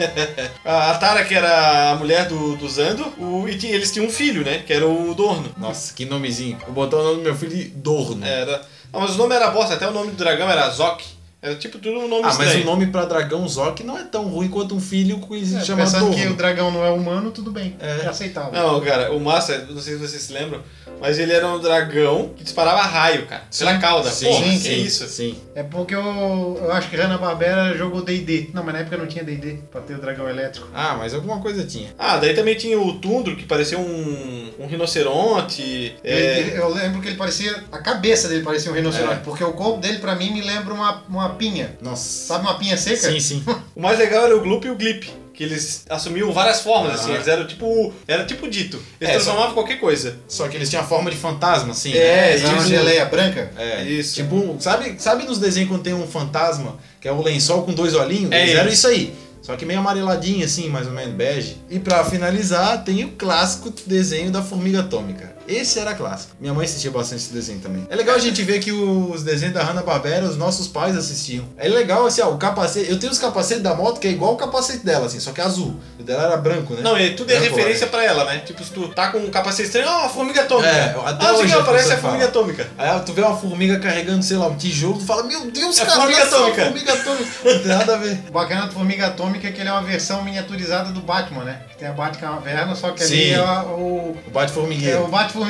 Speaker 3: A, a Tara, que era a mulher do, do Zandor. O, e tinha- eles tinham um filho, né? Que era o Dorno.
Speaker 2: Nossa, que nomezinho. Vou botar o nome do meu filho de Dorno.
Speaker 1: É.
Speaker 3: Era... Não, mas o nome era bosta, até o nome do dragão era Zok. Era tipo tudo um nome
Speaker 2: Ah, mas
Speaker 3: estranho.
Speaker 2: o nome pra dragão Zok não é tão ruim quanto um filho com
Speaker 1: É,
Speaker 2: chamado
Speaker 1: pensando
Speaker 2: Dorno.
Speaker 1: que o dragão não é humano, tudo bem.
Speaker 2: É.
Speaker 1: É, aceitável.
Speaker 3: Não, cara, o Massa, não sei se vocês se lembram, mas ele era um dragão que disparava raio, cara. Pela cauda.
Speaker 2: Sim,
Speaker 3: Porra,
Speaker 2: sim,
Speaker 3: que isso?
Speaker 2: Sim.
Speaker 1: É porque eu, eu acho que Hanna-Barbera jogou D&D. Não, mas na época não tinha D&D pra ter o dragão elétrico.
Speaker 2: Ah, mas alguma coisa tinha.
Speaker 3: Ah, daí também tinha o Tundro, que parecia um, um rinoceronte.
Speaker 1: Ele-
Speaker 3: É,
Speaker 1: ele- eu lembro que ele parecia. A cabeça dele parecia um rinoceronte,
Speaker 2: É.
Speaker 1: porque o corpo dele, pra mim, me lembra uma, uma pinha.
Speaker 2: Nossa.
Speaker 1: Sabe uma pinha seca?
Speaker 2: Sim, sim.
Speaker 3: o mais legal era o Gloop e o Glip, que eles assumiam várias formas, assim.
Speaker 2: Ah.
Speaker 3: Eles eram tipo. Era tipo dito. Eles
Speaker 2: É,
Speaker 3: transformavam em qualquer coisa.
Speaker 2: Só que eles tinham a forma de fantasma, assim.
Speaker 3: É,
Speaker 2: né?
Speaker 1: Era uma um geleia branca.
Speaker 2: É,
Speaker 3: Isso.
Speaker 2: Tipo, sabe, sabe nos desenhos quando tem um fantasma, que é um lençol com dois olhinhos?
Speaker 3: É
Speaker 2: eles
Speaker 3: ele.
Speaker 2: eram isso aí. Só que meio amareladinho, assim, mais ou menos, bege. E pra finalizar, tem o clássico desenho da formiga atômica. Esse era clássico. Minha mãe assistia bastante esse desenho também. É legal a gente ver que os desenhos da Hanna-Barbera, os nossos pais assistiam. É legal, assim, ó, o capacete... Eu tenho os capacetes da moto que é igual o capacete dela, assim, só que é azul. O dela era branco, né?
Speaker 3: Não, e tudo é
Speaker 2: Branco,
Speaker 3: referência
Speaker 2: acho.
Speaker 3: pra ela, né? Tipo, se tu tá com um capacete estranho, ó, uma formiga atômica.
Speaker 2: É, até
Speaker 3: ah,
Speaker 2: hoje
Speaker 3: assim,
Speaker 2: a
Speaker 3: ó, parece
Speaker 2: pessoa
Speaker 3: a
Speaker 2: fala.
Speaker 3: formiga atômica.
Speaker 2: Aí tu vê uma formiga carregando, sei lá, um tijolo, tu fala, meu Deus,
Speaker 3: É
Speaker 2: cara,
Speaker 3: formiga
Speaker 2: olha só,
Speaker 3: atômica."
Speaker 2: formiga atômica. Não tem nada a ver.
Speaker 1: O bacana do Formiga Atômica é que ele é uma versão miniaturizada do Batman, né? Que tem a Batcaverna, só que
Speaker 2: Sim.
Speaker 1: ali é o,
Speaker 2: O bate
Speaker 1: é
Speaker 2: formigueiro.
Speaker 1: o Bat-Formigueiro.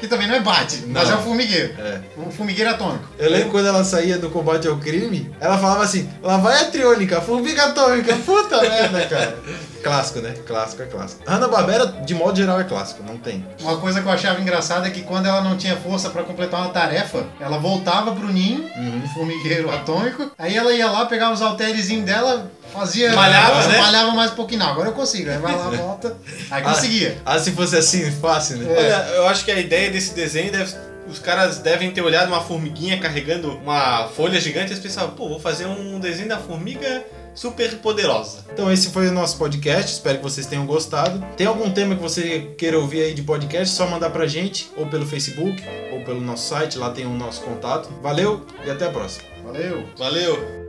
Speaker 1: Que também não é Bat, mas
Speaker 2: Não.
Speaker 1: é o formigueiro.
Speaker 2: É.
Speaker 1: O formigueiro atômico.
Speaker 2: Eu lembro quando ela saía do combate ao crime, ela falava assim, lá vai a triônica, formiga atômica, puta merda, cara. clássico, né? Clássico é clássico. Hanna-Barbera, de modo geral, é clássico, não tem.
Speaker 1: Uma coisa que eu achava engraçada é que quando ela não tinha força pra completar uma tarefa, ela voltava pro ninho,
Speaker 2: Uhum.
Speaker 1: do formigueiro atômico, aí ela ia lá, pegava os halterezinhos dela, fazia.
Speaker 3: Malhava, né?
Speaker 1: Malhava mais um pouquinho. Não, agora eu consigo. Aí vai lá, volta. Aí conseguia.
Speaker 2: Ah, se fosse assim, fácil, né?
Speaker 3: Olha, eu acho que a ideia desse desenho deve. Os caras devem ter olhado uma formiguinha carregando uma folha gigante e eles pensavam, pô, vou fazer um desenho da formiga super poderosa.
Speaker 2: Então esse foi o nosso podcast, espero que vocês tenham gostado. Tem algum tema que você queira ouvir aí de podcast, só mandar pra gente, ou pelo Facebook, ou pelo nosso site, lá tem o nosso contato. Valeu e até a próxima.
Speaker 1: Valeu.
Speaker 3: Valeu!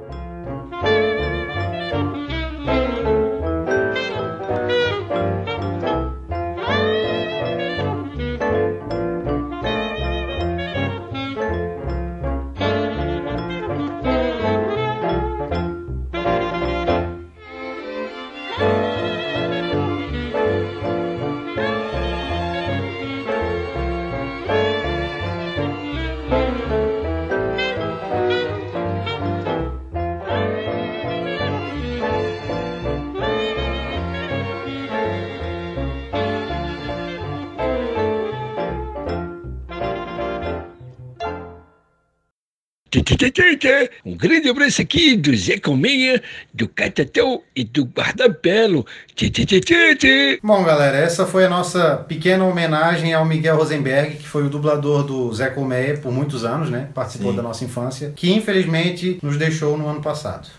Speaker 7: Tê-tê-tê-tê-tê. Um grande abraço aqui do Zé Colmeia, do Catatel e do Guardapelo. Tê-tê-tê-tê-tê.
Speaker 1: Bom, galera, essa foi a nossa pequena homenagem ao Miguel Rosenberg, que foi o dublador do Zé Colmeia por muitos anos, né? Participou
Speaker 2: Sim.
Speaker 1: da nossa infância, que infelizmente nos deixou no ano passado.